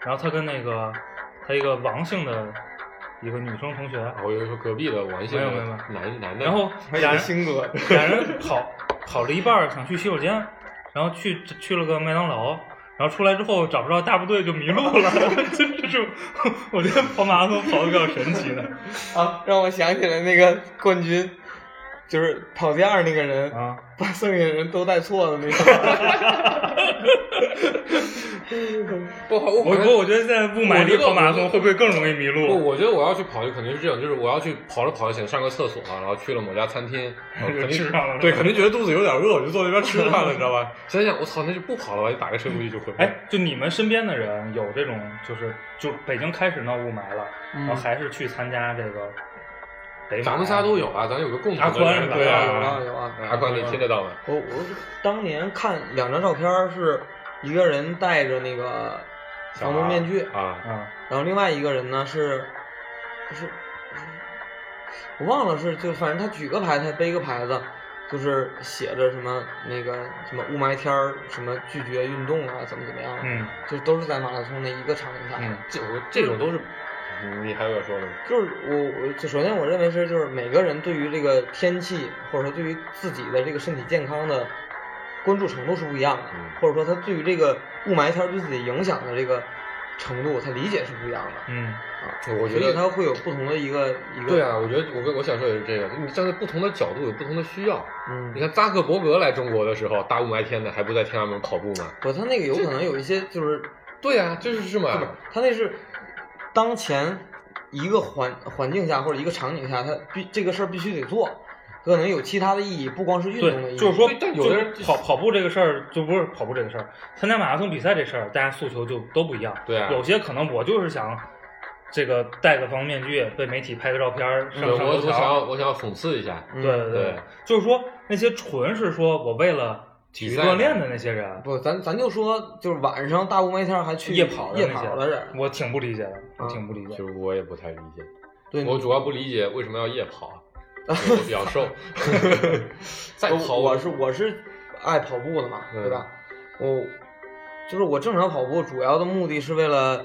然后他跟那个他一个王姓的一个女生同学，
我有时候隔壁的王一
没
些
有没有没有
男男的，
然后
还
俩
有
人
新哥，
俩人跑跑了一半儿想去洗手间，然后去去了个麦当劳，然后出来之后找不着大部队就迷路了， 真的是我觉得跑马拉松跑的比较神奇的
啊，让我想起来那个冠军，就是跑第二那个人，
啊。
把剩下的人都带错了那个。
不好，我
我不过我觉得现在雾霾里跑马拉松会不会更容易迷
不，
路？
我觉得我要去跑，就肯定是这样，就是我要去跑着跑着想上个厕所，然后去了某家餐厅，然后肯定
吃上了
对，肯定觉得肚子有点饿，我就坐那边吃上了，你知道吧？想想我操，那就不跑了，我就打个车回去就回来。
哎，，就你们身边的人有这种，就是就北京开始闹雾霾了，然后还是去参加这个北马
嗯咱们仨都有啊，咱有个共
阿
同的
宽
人
是吧
对
有啊
啊，
有啊。
阿宽，你听得到吗？
我我当年看两张照片儿，是一个人戴着那个防毒面具，
啊，
啊，
然后另外一个人呢是是，我忘了是就反正他举个牌，他背个牌子，就是写着什么那个什么雾霾天儿，什么拒绝运动啊，怎么怎么样，
嗯，
就都是在马拉松那一个场地上。
嗯
这我这种都是，嗯你还有要说的吗？
就是我，我就首先我认为是，就是每个人对于这个天气，或者说对于自己的这个身体健康的关注程度是不一样的，
嗯
或者说他对于这个雾霾天儿对自己影响的这个程度，他理解是不一样的
嗯，
啊。
我
所
觉
以
得
他会有不同的一个一个
对啊，，我觉得我跟我想说也是这个，你站在不同的角度有不同的需要。
嗯，
你看扎克伯格来中国的时候，大雾霾天的还不在天安门跑步吗？
不，他那个有可能有一些就是，
对啊，就是是
不是
嘛。
他那是当前一个环环境下或者一个场景下，他必这个事儿必须得做，可能有其他的意义，不光是运动的意义，
对，就是说
对，但
就
有的人
跑跑步这个事儿，就不是跑步这个事儿，参加马拉松比赛这事儿，大家诉求就都不一样。
对啊
有些可能我就是想这个戴个防毒面具，被媒体拍个照片儿，上
对，
上
嗯我
头
我想要
条。
我想要讽刺一下，
嗯
对对
对
就是说那些纯是说我为了体育
比赛
锻炼的那些人，
不，咱咱就说，就是晚上大雾霾天儿还去
夜跑的
夜
那些
跑的
嗯
人，
我挺不理解的，我
嗯
挺不理
其
解
实。我也不太理解。
对，
我主要不理解为什么要夜跑，啊我比较瘦，再跑
我我是我是爱跑步的嘛，
嗯
对吧？我就是我正常跑步，主要的目的是为了，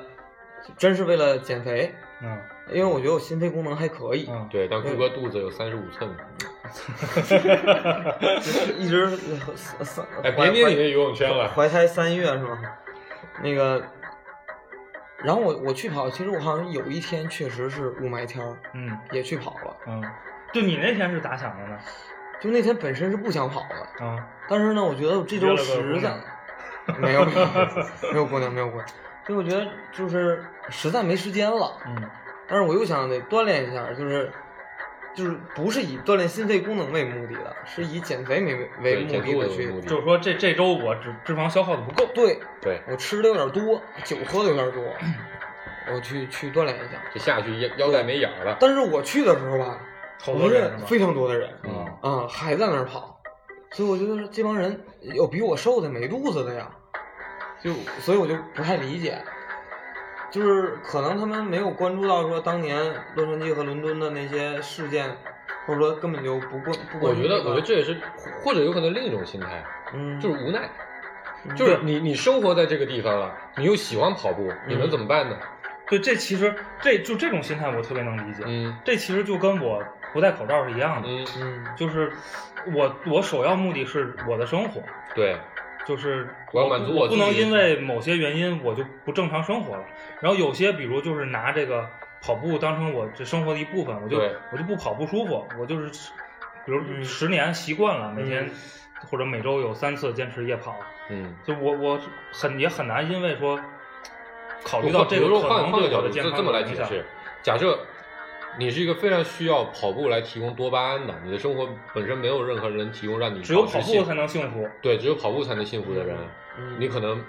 真是为了减肥，
嗯
因为我觉得我心肺功能还可以，
嗯，
对，但顾哥肚子有三十五寸。
就是一直呃三三
哎，
怀
别捏你那游泳圈
怀
了。
怀胎三月是吗？那个，然后我我去跑，其实我好像有一天确实是雾霾天儿
嗯
也去跑了，
嗯，就你那天是咋想的呢？
就那天本身是不想跑的。
啊，
但是呢，我觉得我这周实在没有没有没有姑娘没有姑娘，所以我觉得就是实在没时间了。
嗯
但是我又想得锻炼一下，就是就是不是以锻炼心肺功能为目的的，是以减肥为为
对，
目
减
的
肚
的
子为
去
目。的
就是说这这周我脂脂肪消耗的不够。
对
对，
我吃的有点多，酒喝的有点多，我去去锻炼一下。
这下去腰腰带没眼儿了。
但是我去的时候吧，
好多
不
人
是
是吧
非常多的人，
嗯，
啊，还在那儿跑，所以我觉得这帮人有比我瘦的没肚子的呀，就所以我就不太理解，就是可能他们没有关注到说当年洛杉矶和伦敦的那些事件，或者说根本就不关不关
我
注
觉
这
得
个。
我觉得这也是，或者有可能另一种心态，
嗯，
就是无奈，就是你你生活在这个地方了，你又喜欢跑步，你能怎么办呢？
对，这其实这就这种心态我特别能理解。
嗯
这其实就跟我不戴口罩是一样的，
嗯，
嗯
就是我我首要目的是我的生活，
对，
就是
我要满足
我
我
不
自己
能因为某些原因我就不正常生活了。然后有些比如就是拿这个跑步当成我这生活的一部分，我就
对
我就不跑不舒服，我就是比如
嗯
十年习惯了，每天
嗯
或者每周有三次坚持夜跑，
嗯。
就我我很也很难因为说考虑
我
到
换
这
比
个
如说
可
换
能
换
对
个
我
角度，
的健
这
康
这么来
有影
解
响
释，假设你是一个非常需要跑步来提供多巴胺的，你的生活本身没有任何人提供让你
只有
保持
跑
幸
步才能幸福。
对，只有跑步才能幸福的人，
嗯
你可能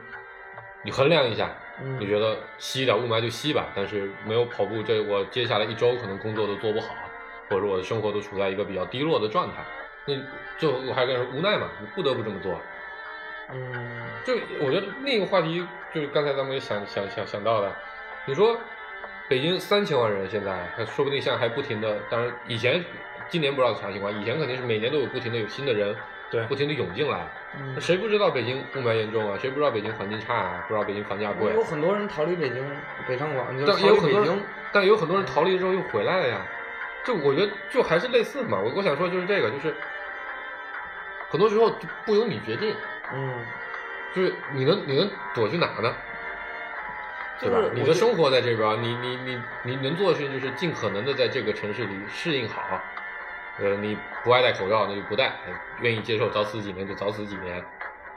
你衡量一下，
嗯
你觉得吸一点雾霾就吸吧，但是没有跑步，这我接下来一周可能工作都做不好，或者说我的生活都处在一个比较低落的状态，那就我还跟人无奈嘛，你不得不这么做。
嗯
就我觉得那个话题就是刚才咱们也想想想想到的，你说北京三千万人现在，还说不定现在还不停的，当然以前今年不知道啥情况，以前肯定是每年都有不停的有新的人
对
不停的涌进来，
嗯
那，谁不知道北京雾霾严重啊？谁不知道北京环境差啊？不知道北京房价贵啊、
有很多人逃离北京北上广，就是
但也
逃
有
离
很
北
多人
京，，
但也有很多人逃离之后又回来了呀。这我觉得就还是类似嘛。我我想说就是这个，就是很多时候就不由你决定，
嗯，
就是你能你能躲去哪呢？
就是
对吧
我？
你
觉
的
得
生活在这边儿，你你你你能做的事情就是尽可能的在这个城市里适应好。呃，你不爱戴口罩，那就不戴；愿意接受早死几年就早死几年，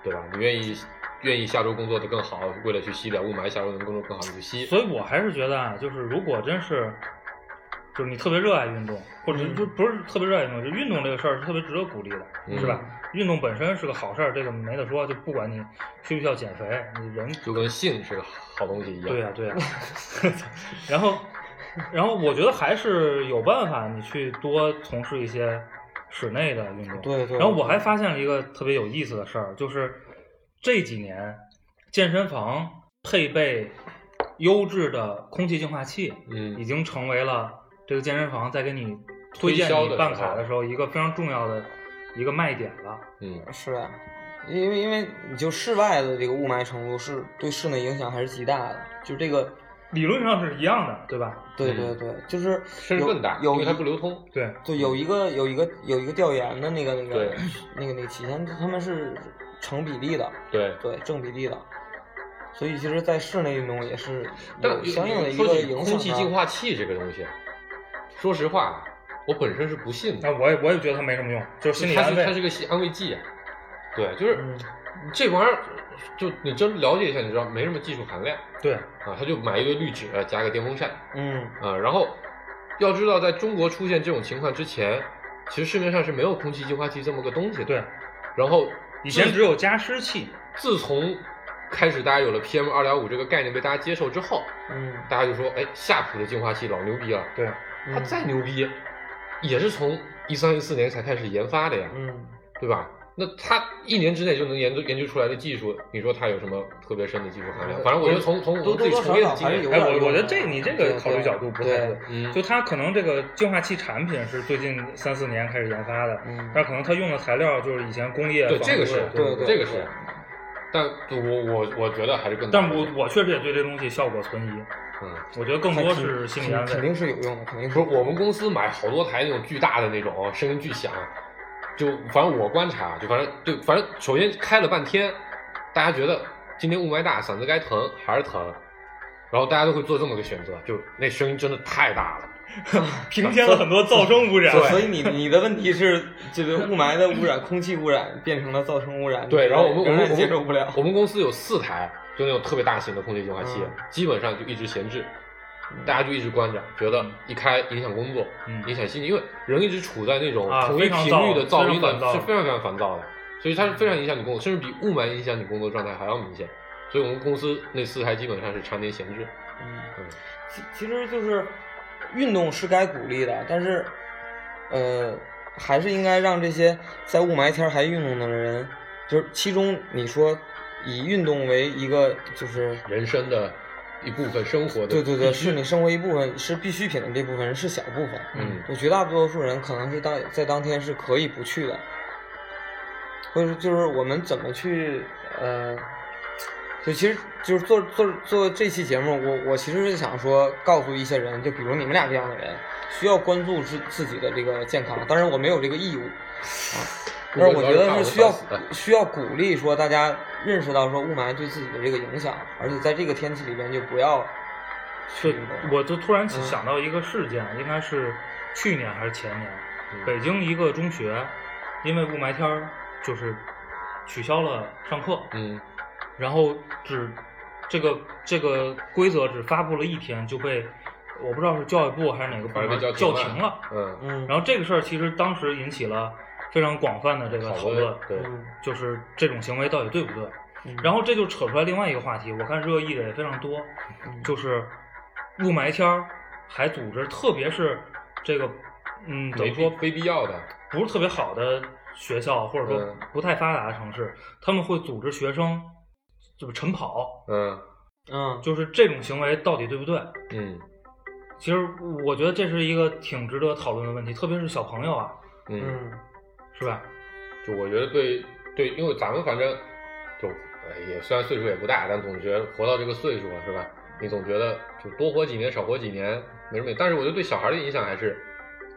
对吧？你愿意愿意下周工作的更好，为了去吸点雾霾，下周能工作更好你就吸。
所以我还是觉得啊，就是如果真是，就是你特别热爱运动，或者
嗯
不不是特别热爱运动，就运动这个事儿是特别值得鼓励的，
嗯
是吧？运动本身是个好事儿，这个没得说。就不管你需不需要减肥，你人
就跟性是个好东西一样。
对呀、啊对呀、 然后，然后我觉得还是有办法，你去多从事一些室内的运动。
对对。
嗯
然后我还发现了一个特别有意思的事儿，就是这几年健身房配备优质的空气净化器，已
嗯，
经成为了这个健身房在给你推
推
荐
销
你
的
办
时候
卡的时候一个非常重要的一个卖点了。
嗯，
是啊，因为因为你就室外的这个雾霾程度是对室内影响还是极大的，就这个，
理论上是一样的，对吧？
对
嗯
对对，就是
甚至
有
更大，因
有
为
一
它不流通。
对，
对，有一个有一个有一个调研的那个那个
对
那个那个期间，他们是成比例的，
对，
对，正比例的，所以其实，在室内运动也是
但
有相应的一
说
个
起
影响
空
的
啊
气净化器这个东西，啊说实话，啊我本身是不信
那
的。
我也我也觉得它没什么用，就是啊心理
它
安
是它是
慰。
个安慰剂啊。对，就是
嗯
这玩意儿，就你真了解一下，你知道没什么技术含量
对，
啊，他就买一堆滤纸加个电风扇
嗯，
啊，然后要知道，在中国出现这种情况之前，其实市面上是没有空气净化器这么个东西的。
对，
然后
以前只有加湿器，
自从开始大家有了 PM 二点五这个概念被大家接受之后，
嗯
大家就说，哎，夏普的净化器老牛逼了。
对，
嗯，
它再牛逼，也是从一三一四年才开始研发的呀，
嗯
对吧？那它一年之内就能研究研究出来的技术，你说它有什么特别深的技术含量？反正我觉得从从
多
我自
多
己
嗯多
从
少
业的
少
经
还是有
验，
哎，
点
我
用
我觉得
的
这你这个考虑角度不太
对对
嗯
就它可能这个净化器产品是最近三四年开始研发的，
嗯
但可能它用的材料就是以前工业
对
纺
这个
织
是
的
对对
这个是，但我我我觉得还是更大
但
的，
我我确实也对这东西效果存疑，
嗯，
我觉得更多是心理
肯
安
肯
慰。
定是有用的，肯定是
不
有用
是
的
我们公司买好多台那种巨大的那种，声音巨响，就反正我观察，啊就反正就反正首先开了半天，大家觉得今天雾霾大，嗓子该疼还是疼，然后大家都会做这么个选择，就那声音真的太大了，
平添了很多噪声污染。
对
所以你你的问题是，这个雾霾的污染、空气污染变成了噪声污染。
对，然后我们我
仍
们
然接受不了。
我们公司有四台就那种特别大型的空气净化器，
嗯
基本上就一直闲置，大家就一直关着，觉得一开影响工作，
嗯
影响心情，因为人一直处在那种
啊
同一
非常
频
躁
率的噪音的，
非常烦躁
是非常非常烦躁的，所以它是非常影响你工作，甚至比雾霾影响你工作状态还要明显。所以我们公司那四台基本上是常年闲置，
嗯
嗯，
其其实就是运动是该鼓励的，但是呃，还是应该让这些在雾霾天儿还运动的人，就是其中你说以运动为一个就是。
人生的一部分，生活的嗯
对对对，
必须
是你生活一部分，是必需品的这部分人是小部分，
嗯
就绝大多数人可能是当在当天是可以不去的，或者就是我们怎么去呃，就其实就是做做做这期节目，我我其实是想说告诉一些人，就比如你们俩这样的人，需要关注自自己的这个健康，当然我没有这个义务。啊，但是我觉得是需要需要鼓励说大家认识到说雾霾对自己的这个影响，而且在这个天气里边就不要去
对
运动。，
我就突然起
嗯
想到一个事件，应该是去年还是前年，
嗯
北京一个中学因为雾霾天儿就是取消了上课，
嗯
然后只这个这个规则只发布了一天就被我不知道是教育部还是哪个部
反正
门
被叫
叫停
停
了。
嗯，
嗯，
然后这个事儿其实当时引起了非常广泛的这个讨
讨
论
论，对，
嗯
就是这种行为到底对不对。
嗯
然后这就扯出来另外一个话题，我看热议的也非常多，
嗯
就是雾霾天儿还组织，特别是这个，嗯，怎
没
么说
说非必要的，
不是特别好的学校，或者说
嗯
不太发达的城市，他们会组织学生就是晨跑，
嗯
嗯
就是这种行为到底对不对？
嗯
其实我觉得这是一个挺值得讨论的问题，特别是小朋友啊，
嗯，
嗯
是吧？
就我觉得对对，因为咱们反正就哎也虽然岁数也不大，但总觉得活到这个岁数了是吧？你总觉得就多活几年少活几年没什么，但是我觉得对小孩的影响还是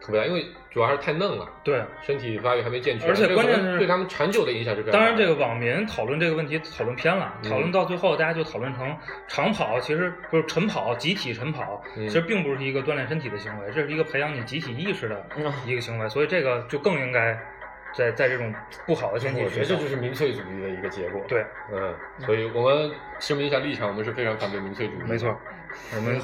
特别大，因为主要还是太嫩了。
对，
身体发育还没健全，
而且
这个
关键
可能
是
对他们长久的影响是非常
当
大的。
然，这个网民讨论这个问题讨论偏了，
嗯
讨论到最后，大家就讨论成长跑，其实不是晨跑，集体晨跑，
嗯
其实并不是一个锻炼身体的行为，这是一个培养你集体意识的
嗯
一个行为，所以这个就更应该在在这种不好的天气
我觉
学
得
校
这就是民粹主义的一个结果。，
对，
嗯，所以我们声明一下立场，我们是非常反对民粹主义的。啊
没错，我们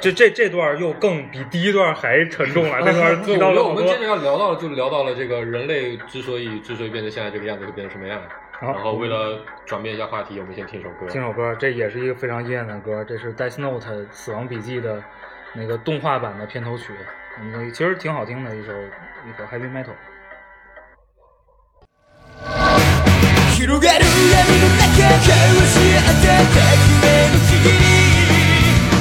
这这这段又更比第一段还沉重 了，这段
对，
提
我
到
觉得
了
我
好
们接着
多。
要聊到，就聊到了这个人类之所以之所以变成现在这个样子，会变成什么样。
好
然后为了转变一下话题，我们先听首歌。
听首歌，这也是一个非常艳的歌，这是《Death Note》死亡笔记的那个动画版的片头曲，嗯，其实挺好听的一首一首 heavy metal。
広がる闇の中交わし合った革命の日々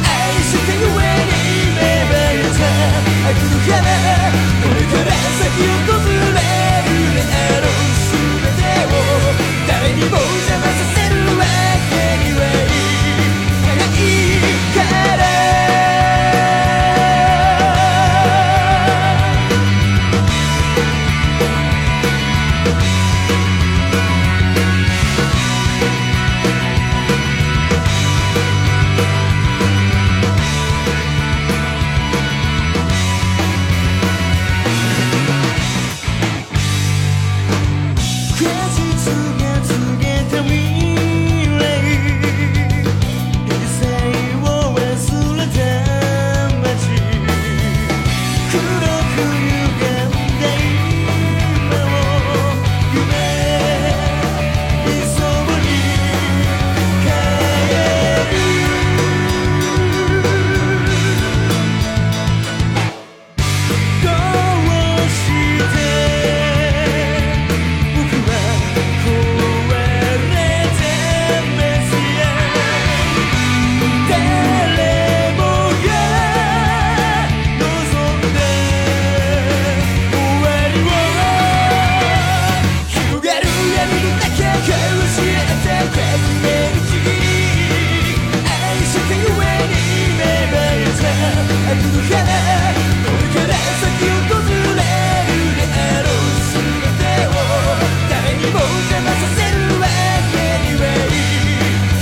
愛してゆえに芽生えたあの花これから咲き訪れるであろう全てを誰にも邪魔させるわけにはいかないから果実が告げた未来一切を忘れた街黒く歪んだ今を夢理想に変えるどうして僕は壊れたメスや誰もが望んだ終わりを広がる闇の中交わし合った革命の日愛してゆえに芽生えた悪の花これから先訪れるであろう全てを誰にも邪魔させるわけにはい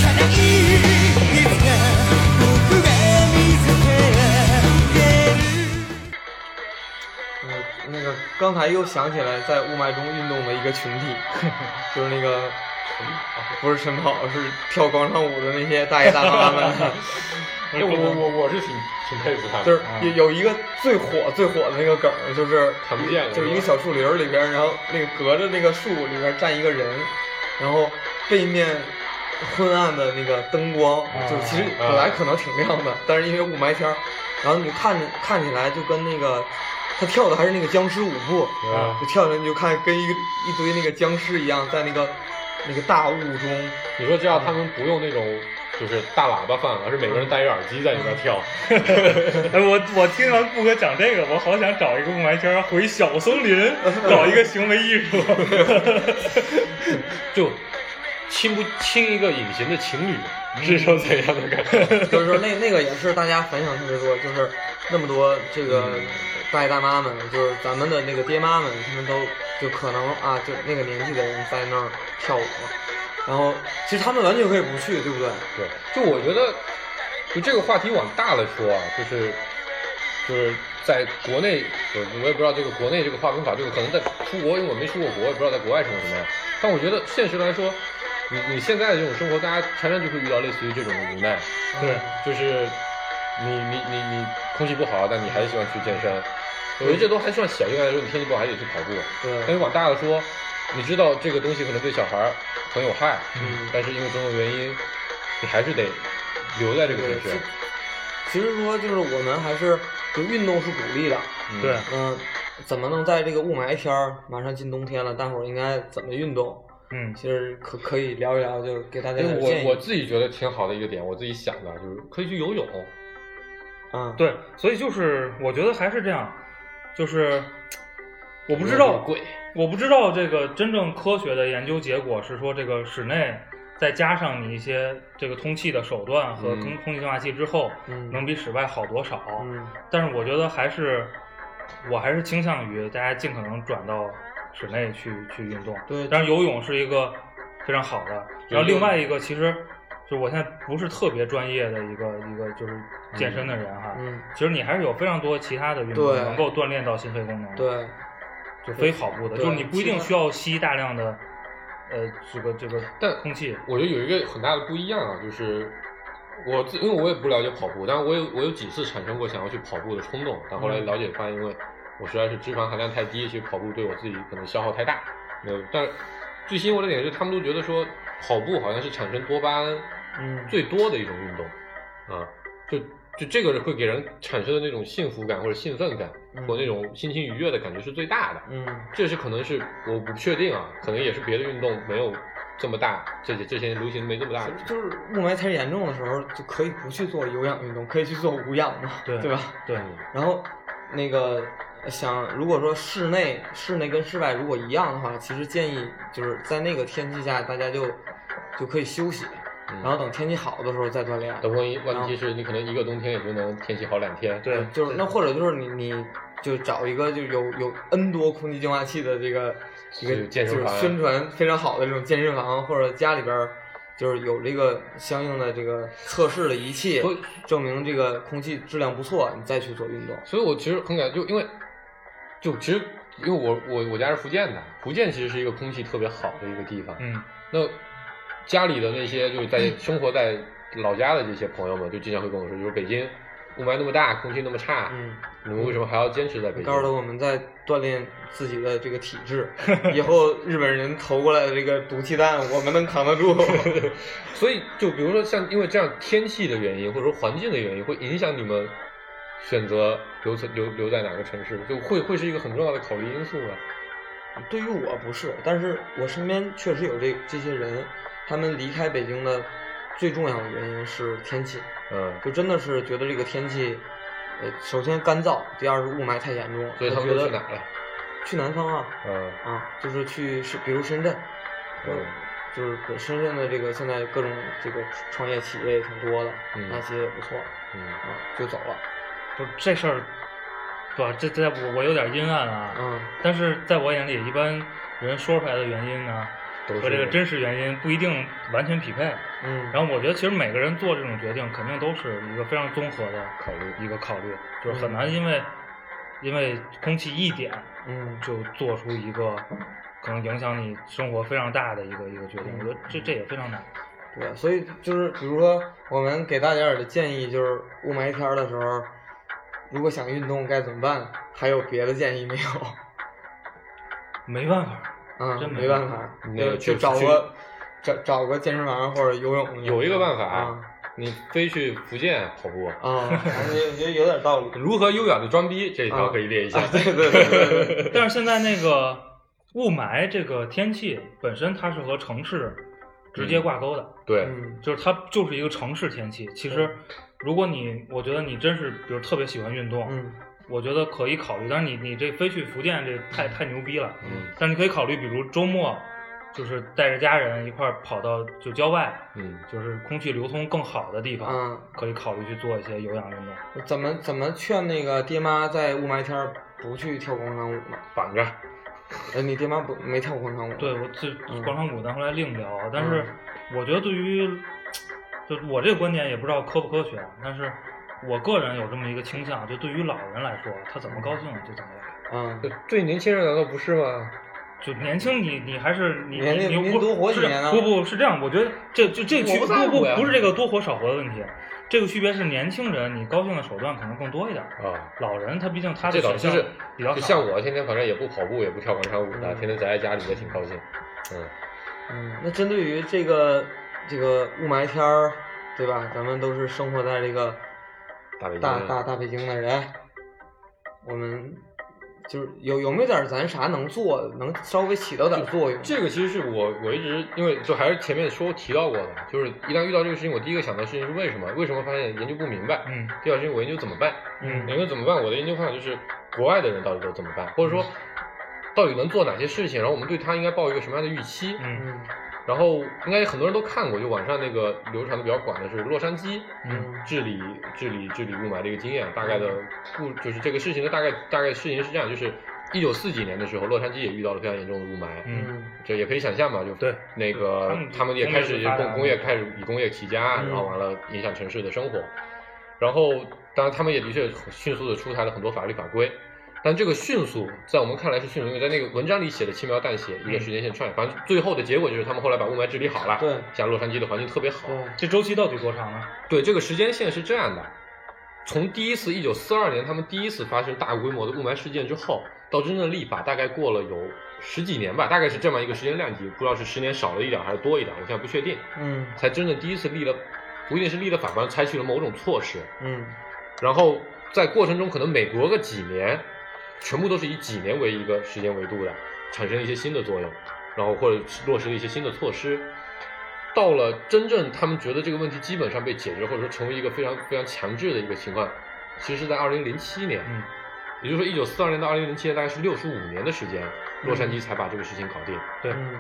かないいつか僕が見せてあげる
嗯，那个刚才又想起来在雾霾中运动的一个群体， 就是那个不是晨跑，是跳广场舞的那些大爷大妈们。
哎，我我我我是挺挺佩服他们，
就是有有一个最火最火的那个梗儿，就是
啊看不见了
就是一个小树林儿里边儿，然后那个隔着那个树里边儿站一个人，然后背面昏暗的那个灯光，就是其实
啊
本来可能挺亮的，但是因为雾霾天儿，然后你看着看起来就跟那个他跳的还是那个僵尸舞步，
啊
就跳着你就看跟一个一堆那个僵尸一样在那个那个大雾中。
你说这样他们不用那种就是大喇叭放，而是每个人戴一个耳机在里边 跳。
哎，我我听完顾哥讲这个，我好想找一个雾霾天儿回小松林，搞一个行为艺术。
就亲不亲一个隐形的情侣，是一种怎样的感觉？
所以说那那个也是大家反响特别多，就是那么多这个大爷大妈们，就是咱们的那个爹妈们，他们都就可能啊，就那个年纪的人在那儿跳舞，然后其实他们完全可以不去，对不对？
对，就我觉得，就这个话题往大了说啊，就是就是在国内，我我也不知道这个国内这个划分法，这个可能在出国，因为我没出过国，也不知道在国外生活什么样。但我觉得现实来说，你你现在的这种生活，大家常常就会遇到类似于这种无奈，
对，
就是你你你你空气不好，但你还是喜欢去健身，我觉得这都还算小。应该来说，你天气不好还得去跑步。但
对
是往大了说，你知道这个东西可能对小孩儿很有害，
嗯
但是因为种种原因，你还是得留在这个城市
对。其实说就是我们还是就运动是鼓励的，
嗯
对，
嗯、怎么能在这个雾霾天儿，马上进冬天了，大伙儿应该怎么运动？
嗯，
其实可可以聊一聊，就是给大家
因
点
为
儿建议。
哎我我自己觉得挺好的一个点，我自己想的就是可以去游泳。
嗯，
对，所以就是我觉得还是这样，就是我不知道
贵，
我不知道这个真正科学的研究结果是说，这个室内再加上你一些这个通气的手段和
嗯
空空气净化器之后，
嗯
能比室外好多少。
嗯，
但是我觉得还是，我还是倾向于大家尽可能转到室内去去运动。
对
但是游泳是一个非常好的。然后另外一个，其实就我现在不是特别专业的一个一个就是健身的人哈，
嗯
其实你还是有非常多其他的运动
对
能够锻炼到心肺功能。。
对，
就非跑步的，
对
就是你不一定需要吸大量的，呃，这个这个
但
空气，
我觉得有一个很大的不一样啊，就是我自因为我也不了解跑步，但我有我有几次产生过想要去跑步的冲动，但后来了解发现，因为我实在是脂肪含量太低，其实跑步对我自己可能消耗太大。没有，但是最吸引我的点是，他们都觉得说跑步好像是产生多巴胺
嗯，
最多的一种运动，啊，就就这个会给人产生的那种幸福感或者兴奋感，
嗯
或者那种心情愉悦的感觉是最大的。
嗯，
这是可能是我不确定啊，可能也是别的运动没有这么大，这些这些流行没这么大
其。实就是雾霾天儿严重的时候，就可以不去做有氧运动，可以去做无氧嘛，
对
对吧？
对，
然后那个呃想，如果说室内室内跟室外如果一样的话，其实建议就是在那个天气下，大家就就可以休息，
嗯
然后等天气好的时候再锻炼。
等问问题是你可能一个冬天也就能天气好两天。嗯
对
就是那或者就是你你就找一个就有有 N 多空气净化器的这个一个
是健身
就是
房啊
宣传非常好的这种健身房，或者家里边儿就是有这个相应的这个测试的仪器
所以，
证明这个空气质量不错，你再去做运动。
所以我其实很感就因为就其实因为我我我家是福建的，福建其实是一个空气特别好的一个地方。
嗯，
那家里的那些就是在生活在老家的这些朋友们，就经常会跟我说，就是北京雾霾那么大，空气那么差，
嗯，
你们为什么还要坚持在北京？
告诉他我们在锻炼自己的这个体质，以后日本人投过来的这个毒气弹，我们能扛得 住。
所以，就比如说像因为这样天气的原因，或者说环境的原因，会影响你们选择留存留留在哪个城市，就会会是一个很重要的考虑因素吧。
对于我不是，但是我身边确实有这这些人，他们离开北京的最重要的原因是天气，
嗯，
就真的是觉得这个天气，呃，首先干燥，第二是雾霾太严重，
所以他们
觉
都
得
去哪了？
去南方啊，
嗯
啊，就是去是比如深圳，
嗯
嗯，就是给深圳的这个现在各种这个创业企业也挺多的，
嗯
那些也不错，
嗯，
啊，就走了，
不是这事儿，对吧？这这我我有点阴暗啊，
嗯。
但是在我眼里，一般人说出来的原因呢，
都是
和这个真实原因不一定完全匹配。
嗯，
然后我觉得，其实每个人做这种决定，肯定都是一个非常综合的
考虑
一个考虑，就是很
嗯
难因为因为空气一点
嗯，
就做出一个可能影响你生活非常大的一个一个决定。
嗯
我觉得这这也非常难。
对，所以就是比如说，我们给大家点儿的建议就是，雾霾天儿的时候，如果想运动该怎么办？还有别的建议没有？
没办 法，
啊、
真没
没办法，
那
就
个
去
就
找
去
个找找个健身房或者游泳。
有一个办法，
啊
你非去福建跑步，
啊， 我觉得有点道理。
如何优雅的装逼这一条
啊
可以列一下。
对对对对 对，
但是现在那个雾霾这个天气本身它是和城市直接挂钩的，
对，
嗯
就是它就是一个城市天气。其实
对，
如果你我觉得你真是比如特别喜欢运动，
嗯
我觉得可以考虑。但是你你这非去福建这太太牛逼了，
嗯
但是你可以考虑，比如周末就是带着家人一块儿跑到就郊外，
嗯，
就是空气流通更好的地方，
啊，
可以考虑去做一些有氧运动。
怎么怎么劝那个爹妈在雾霾天儿不去跳广场舞呢？
绑着，
呃，你爹妈不没跳广场舞？
对，我这
嗯
广场舞咱后来另聊，啊但是我觉得对于，就我这个观点也不知道科不科学，啊但是我个人有这么一个倾向，就对于老人来说，他怎么高兴就怎么来。
嗯，
对年轻人难道不是吗？
就年轻你，你还是你
年
你
龄
你
您
不
多活几
是
年啊
不不是这样，我觉得这这这个
我
区
不
不
在乎
不
呀
不是这个多活少活的问题，这个区别是年轻人你高兴的手段可能更多一点儿，
啊。
老人他毕竟他的
这倒
选
就
项
是
比较
就
少
像我天天反正也不跑步，也不跳广场舞的，
嗯
天天宅在家里也挺高兴。嗯，
嗯，那针对于这个这个雾霾天儿，对吧？咱们都是生活在这个
大北京
大
啊
大大北京的人，我们就是有有没有点儿咱啥能做的，能稍微起到点儿作用？
这个其实是我我一直因为就还是前面说提到过的，就是一旦遇到这个事情，我第一个想到的事情是为什么？为什么发现研究不明白？
嗯
第二个事情我研究怎么办？
嗯
研究怎么办？我的研究方法就是国外的人到底都怎么办，或者说到底能做哪些事情，然后我们对他应该抱一个什么样的预期？
嗯
嗯
然后应该很多人都看过，就网上那个流传的比较广的是洛杉矶
嗯
嗯
治理治理治理雾霾的一个经验，大概的故就是这个事情的大概大概事情是这样，就是一九四几年的时候，洛杉矶也遇到了非常严重的雾霾，
嗯
这也可以想象嘛，就
对
那个
他们
他们也开始
工业发达
工工业开始以工业起家，
嗯
然后完了影响城市的生活，然后当然他们也的确迅速的出台了很多法律法规，但这个迅速在我们看来是迅速，因为在那个文章里写的轻描淡写，一个时间线串，反正最后的结果就是他们后来把雾霾治理好了，
对
像洛杉矶的环境特别好，
对，
这周期到底多长啊呢？
对，这个时间线是这样的：从第一次一九四二年他们第一次发生大规模的雾霾事件之后，到真正立法，大概过了有十几年吧，大概是这么一个时间量级，不知道是十年少了一点还是多一点，我现在不确定。
嗯
才真正第一次立了，不一定是立了法，反正采取了某种措施。
嗯
然后在过程中，可能每隔个几年，全部都是以几年为一个时间维度的，产生一些新的作用，然后或者是落实了一些新的措施。到了真正他们觉得这个问题基本上被解决，或者说成为一个非常非常强制的一个情况，其实是在二零零七年，
嗯
也就是说一九四二年到二零零七年大概是六十五年的时间，洛杉矶才把这个事情搞定。
对
嗯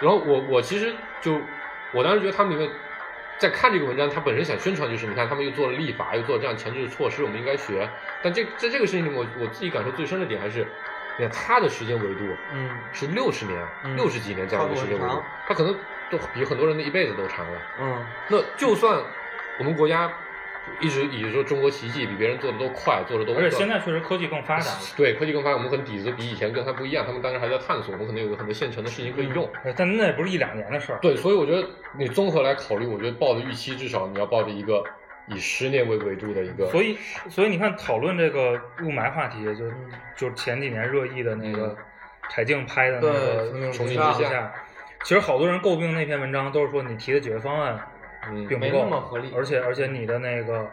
然后我我其实就我当时觉得他们里面在看这个文章，他本身想宣传就是你看他们又做了立法，又做了这样强制的措施，我们应该学。但这在这个事情里面，我我自己感受最深的点还是，你看他的时间维度
嗯
是六十年、
嗯
六十几年这样一个时间维
跨度很
度
长，
他可能都比很多人的一辈子都长了。
嗯
那就算我们国家一直以说中国奇迹比别人做的都快，做的都
而且现
在
在确实科技更发达了，
对科技更发达，我们可能底子比以前跟他不一样，他们当时还在探索，我们可能有很多现成的事情可以用。
呃但那也不是一两年的事儿。
对，所以我觉得你综合来考虑，我觉得报的预期至少你要抱着一个以十年为维度的一个，
所以，所以你看，讨论这个雾霾话题，就就前几年热议的那个
嗯
柴静拍的那个
对
《
重
庆
庆
之夏
夏》，其实好多人诟病那篇文章，都是说你提的解决方案
嗯，
并不
没
够，
那么合理
而且而且你的那个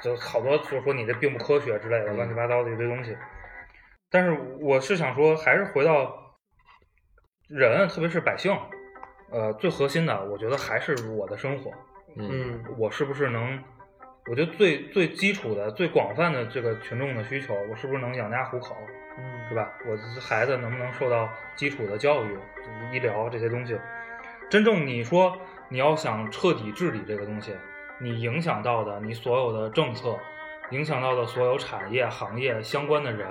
就好多就是说你这并不科学之类的
嗯
乱七八糟的一堆东西。但是我是想说，还是回到人，特别是百姓，呃，最核心的，我觉得还是我的生活。
嗯
嗯
我是不是能，我觉得最最基础的、最广泛的这个群众的需求，我是不是能养家糊口，
嗯
是吧？我这孩子能不能受到基础的教育、医疗这些东西？真正你说你要想彻底治理这个东西，你影响到的你所有的政策，影响到的所有产业、行业相关的人，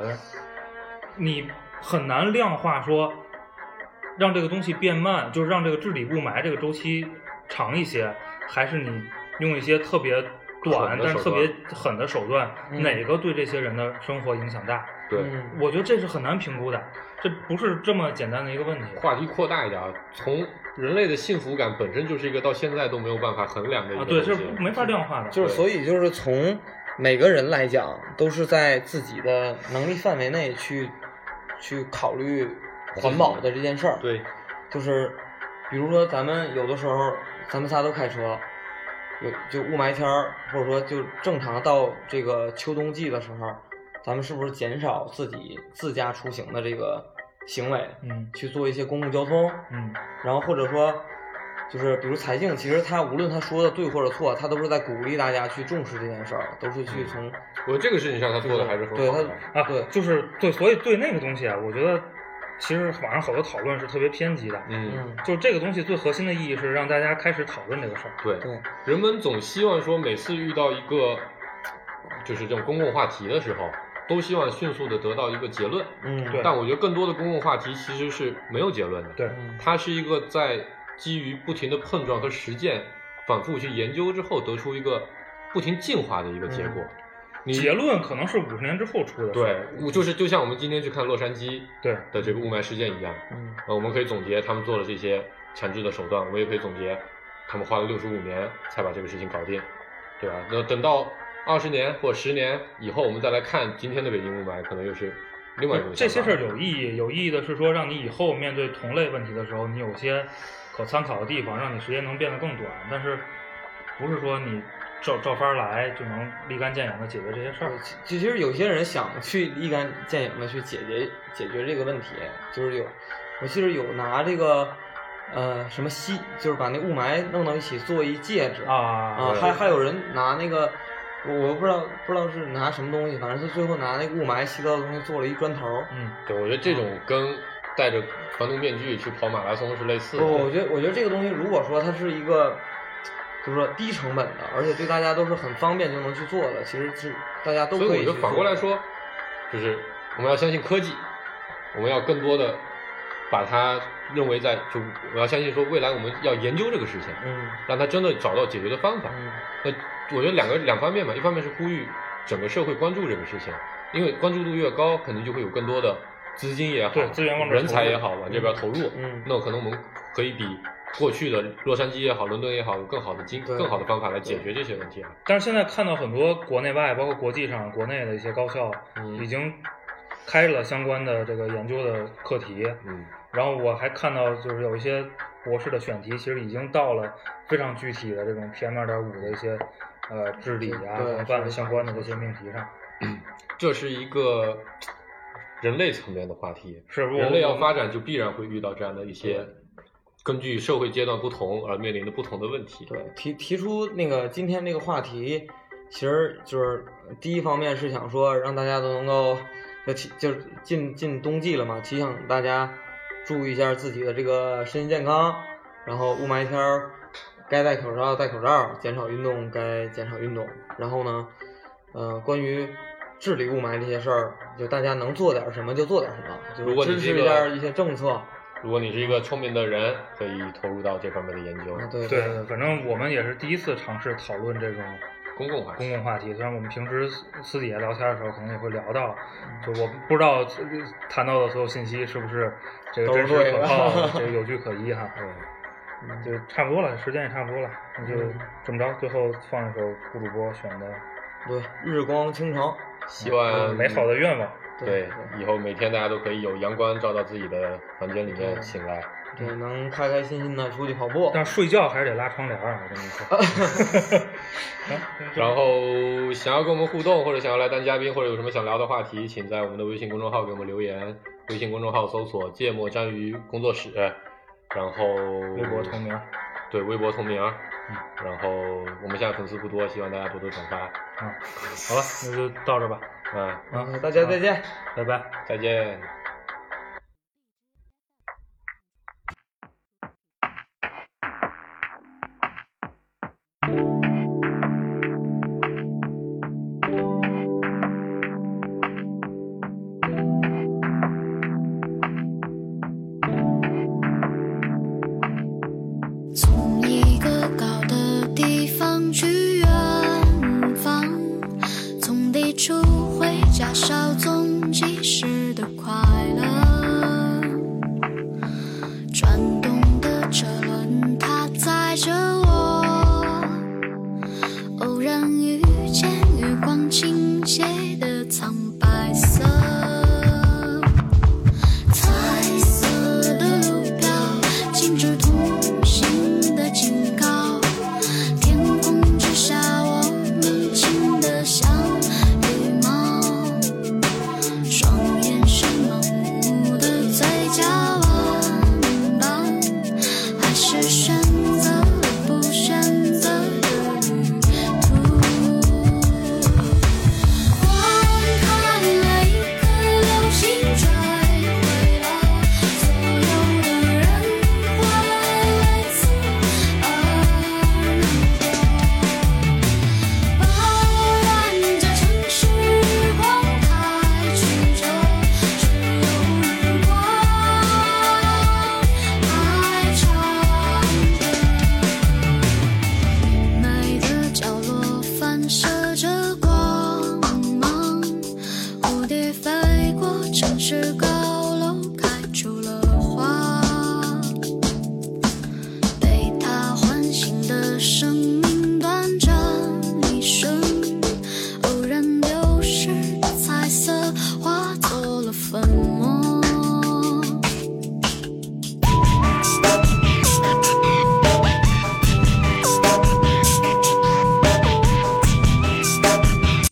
你很难量化说让这个东西变慢，就是让这个治理雾霾这个周期长一些，还是你用一些特别短
狠的
但是
手
特
段
别狠的手段，
嗯
哪个对这些人的生活影响大？
对。
嗯
我觉得这是很难评估的，这不是这么简单的一个问题。
嗯话题扩大一点啊，从人类的幸福感本身就是一个到现在都没有办法衡量的一
啊，
个
对，
东西。
这是没法量化的。
就是所以就是从每个人来讲，都是在自己的能力范围内去去考虑环保的这件事儿。，
对，
就是比如说咱们有的时候咱们仨都开车，有就雾霾天儿，或者说就正常到这个秋冬季的时候，咱们是不是减少自己自驾出行的这个行为，
嗯
去做一些公共交通？
嗯
然后或者说，就是比如财经，其实他无论他说的对或者错，他都是在鼓励大家去重视这件事儿，都是去从
我觉得这个事情上他做的还是很
对
好的。
他
啊，
对
就是对，所以对那个东西啊，我觉得其实网上好多讨论是特别偏激的。
嗯，
嗯
就这个东西最核心的意义是让大家开始讨论这个事儿。
对，
对
人们总希望说每次遇到一个就是这种公共话题的时候，都希望迅速的得到一个结论。
嗯
对
但我觉得更多的公共话题其实是没有结论的。
对
嗯
它是一个在基于不停的碰撞和
嗯
实践、反复去研究之后得出一个不停进化的一个结果。你
结论可能是五十年之后出的。
对，我就是就像我们今天去看洛杉矶
对，
的这个雾霾事件一样，
嗯
呃，我们可以总结他们做了这些强制的手段，我们也可以总结他们花了六十五年才把这个事情搞定，对吧？那等到二十年或十年以后，我们再来看今天的北京雾霾，可能又是另外一种
这些
想
事
法
儿有意义，有意义的是说，让你以后面对同类问题的时候，你有些可参考的地方，让你时间能变得更短。但是，不是说你照照法儿来就能立竿见影的解决这些事儿
对。其其实有些人想去立竿见影的去解决解决这个问题，就是有，我记得有拿这个，呃，什么吸，就是把那雾霾弄到一起做一戒指
啊
啊，还还有人拿那个，我我不知道不知道是拿什么东西，反正他最后拿那个雾霾吸到的东西做了一砖头儿。
嗯，
对，我觉得这种跟戴着防毒面具去跑马拉松是类似的。
不，
哦
我觉得我觉得这个东西，如果说它是一个，就是说低成本的，而且对大家都是很方便就能去做的，其实是大家都
所
可
以我
以
觉
去
得反过
做
来，说，就是我们要相信科技，我们要更多的把它认为在就我要相信说未来我们要研究这个事情，
嗯
让它真的找到解决的方法。
嗯
那我觉得两个两方面嘛，一方面是呼吁整个社会关注这个事情，因为关注度越高，可能就会有更多的资金也好，
对资源往这儿
人才
投入
也好往这边投入。
嗯
那可能我们可以比过去的洛杉矶也好，伦敦也好，有更好的经
对
更好的方法来解决这些问题啊。
但是现在看到很多国内外，包括国际上、国内的一些高校，
嗯
已经开了相关的这个研究的课题。
嗯，
然后我还看到，就是有一些博士的选题，其实已经到了非常具体的这种 PM 二点五的一些呃治理啊、
对
防范
是
相关的这些命题上。
这是一个人类层面的话题，
是我
人类要
我
发展就必然会遇到这样的一些根据社会阶段不同而面临的不同的问题。
对，提提出那个今天这个话题，其实就是第一方面是想说让大家都能够，就提就是进进冬季了嘛，提醒大家注意一下自己的这个身心健康，然后雾霾天儿该戴口罩戴口罩，减少运动该减少运动，然后呢，呃，关于。治理雾霾这些事儿，就大家能做点什么就做点什么，就
如果
是
你
支
这
持
个
一下一些政策。啊
如果你是一个聪明的人，可以投入到这方面的研究。
啊，对
对，反正我们也是第一次尝试讨论这种
公共话
公
题。
共话题。虽然我们平时私私底下聊天的时候，可能也会聊到，就我不知道呃谈到的所有信息是不是这个
都是
真实
对
可
的
靠的，这个有据可依哈。
嗯
就差不多了，时间也差不多了，那就
嗯
这么着，最后放一首顾主播选的
对，日光倾城。
希望
嗯美好的愿望。
对以后每天大家都可以有阳光照到自己的房间里面
对
醒来。
对，能开开心心的出去跑步。
嗯但是睡觉还是得拉窗帘啊，我跟你说。
然后想要跟我们互动，或者想要来当嘉宾，或者有什么想聊的话题，请在我们的微信公众号给我们留言。微信公众号搜索“芥末章鱼工作室”，然后
微博同名，
对微博同名。啊然后我们现在粉丝不多，希望大家多多转发。
啊，好了，那就到这吧，
嗯，
啊，
大家再见。
拜拜。
再见。
从一个高的地方去远方，从抵触会加稍纵即逝的快乐。转动的车轮，它载着我，偶然遇见月光倾泻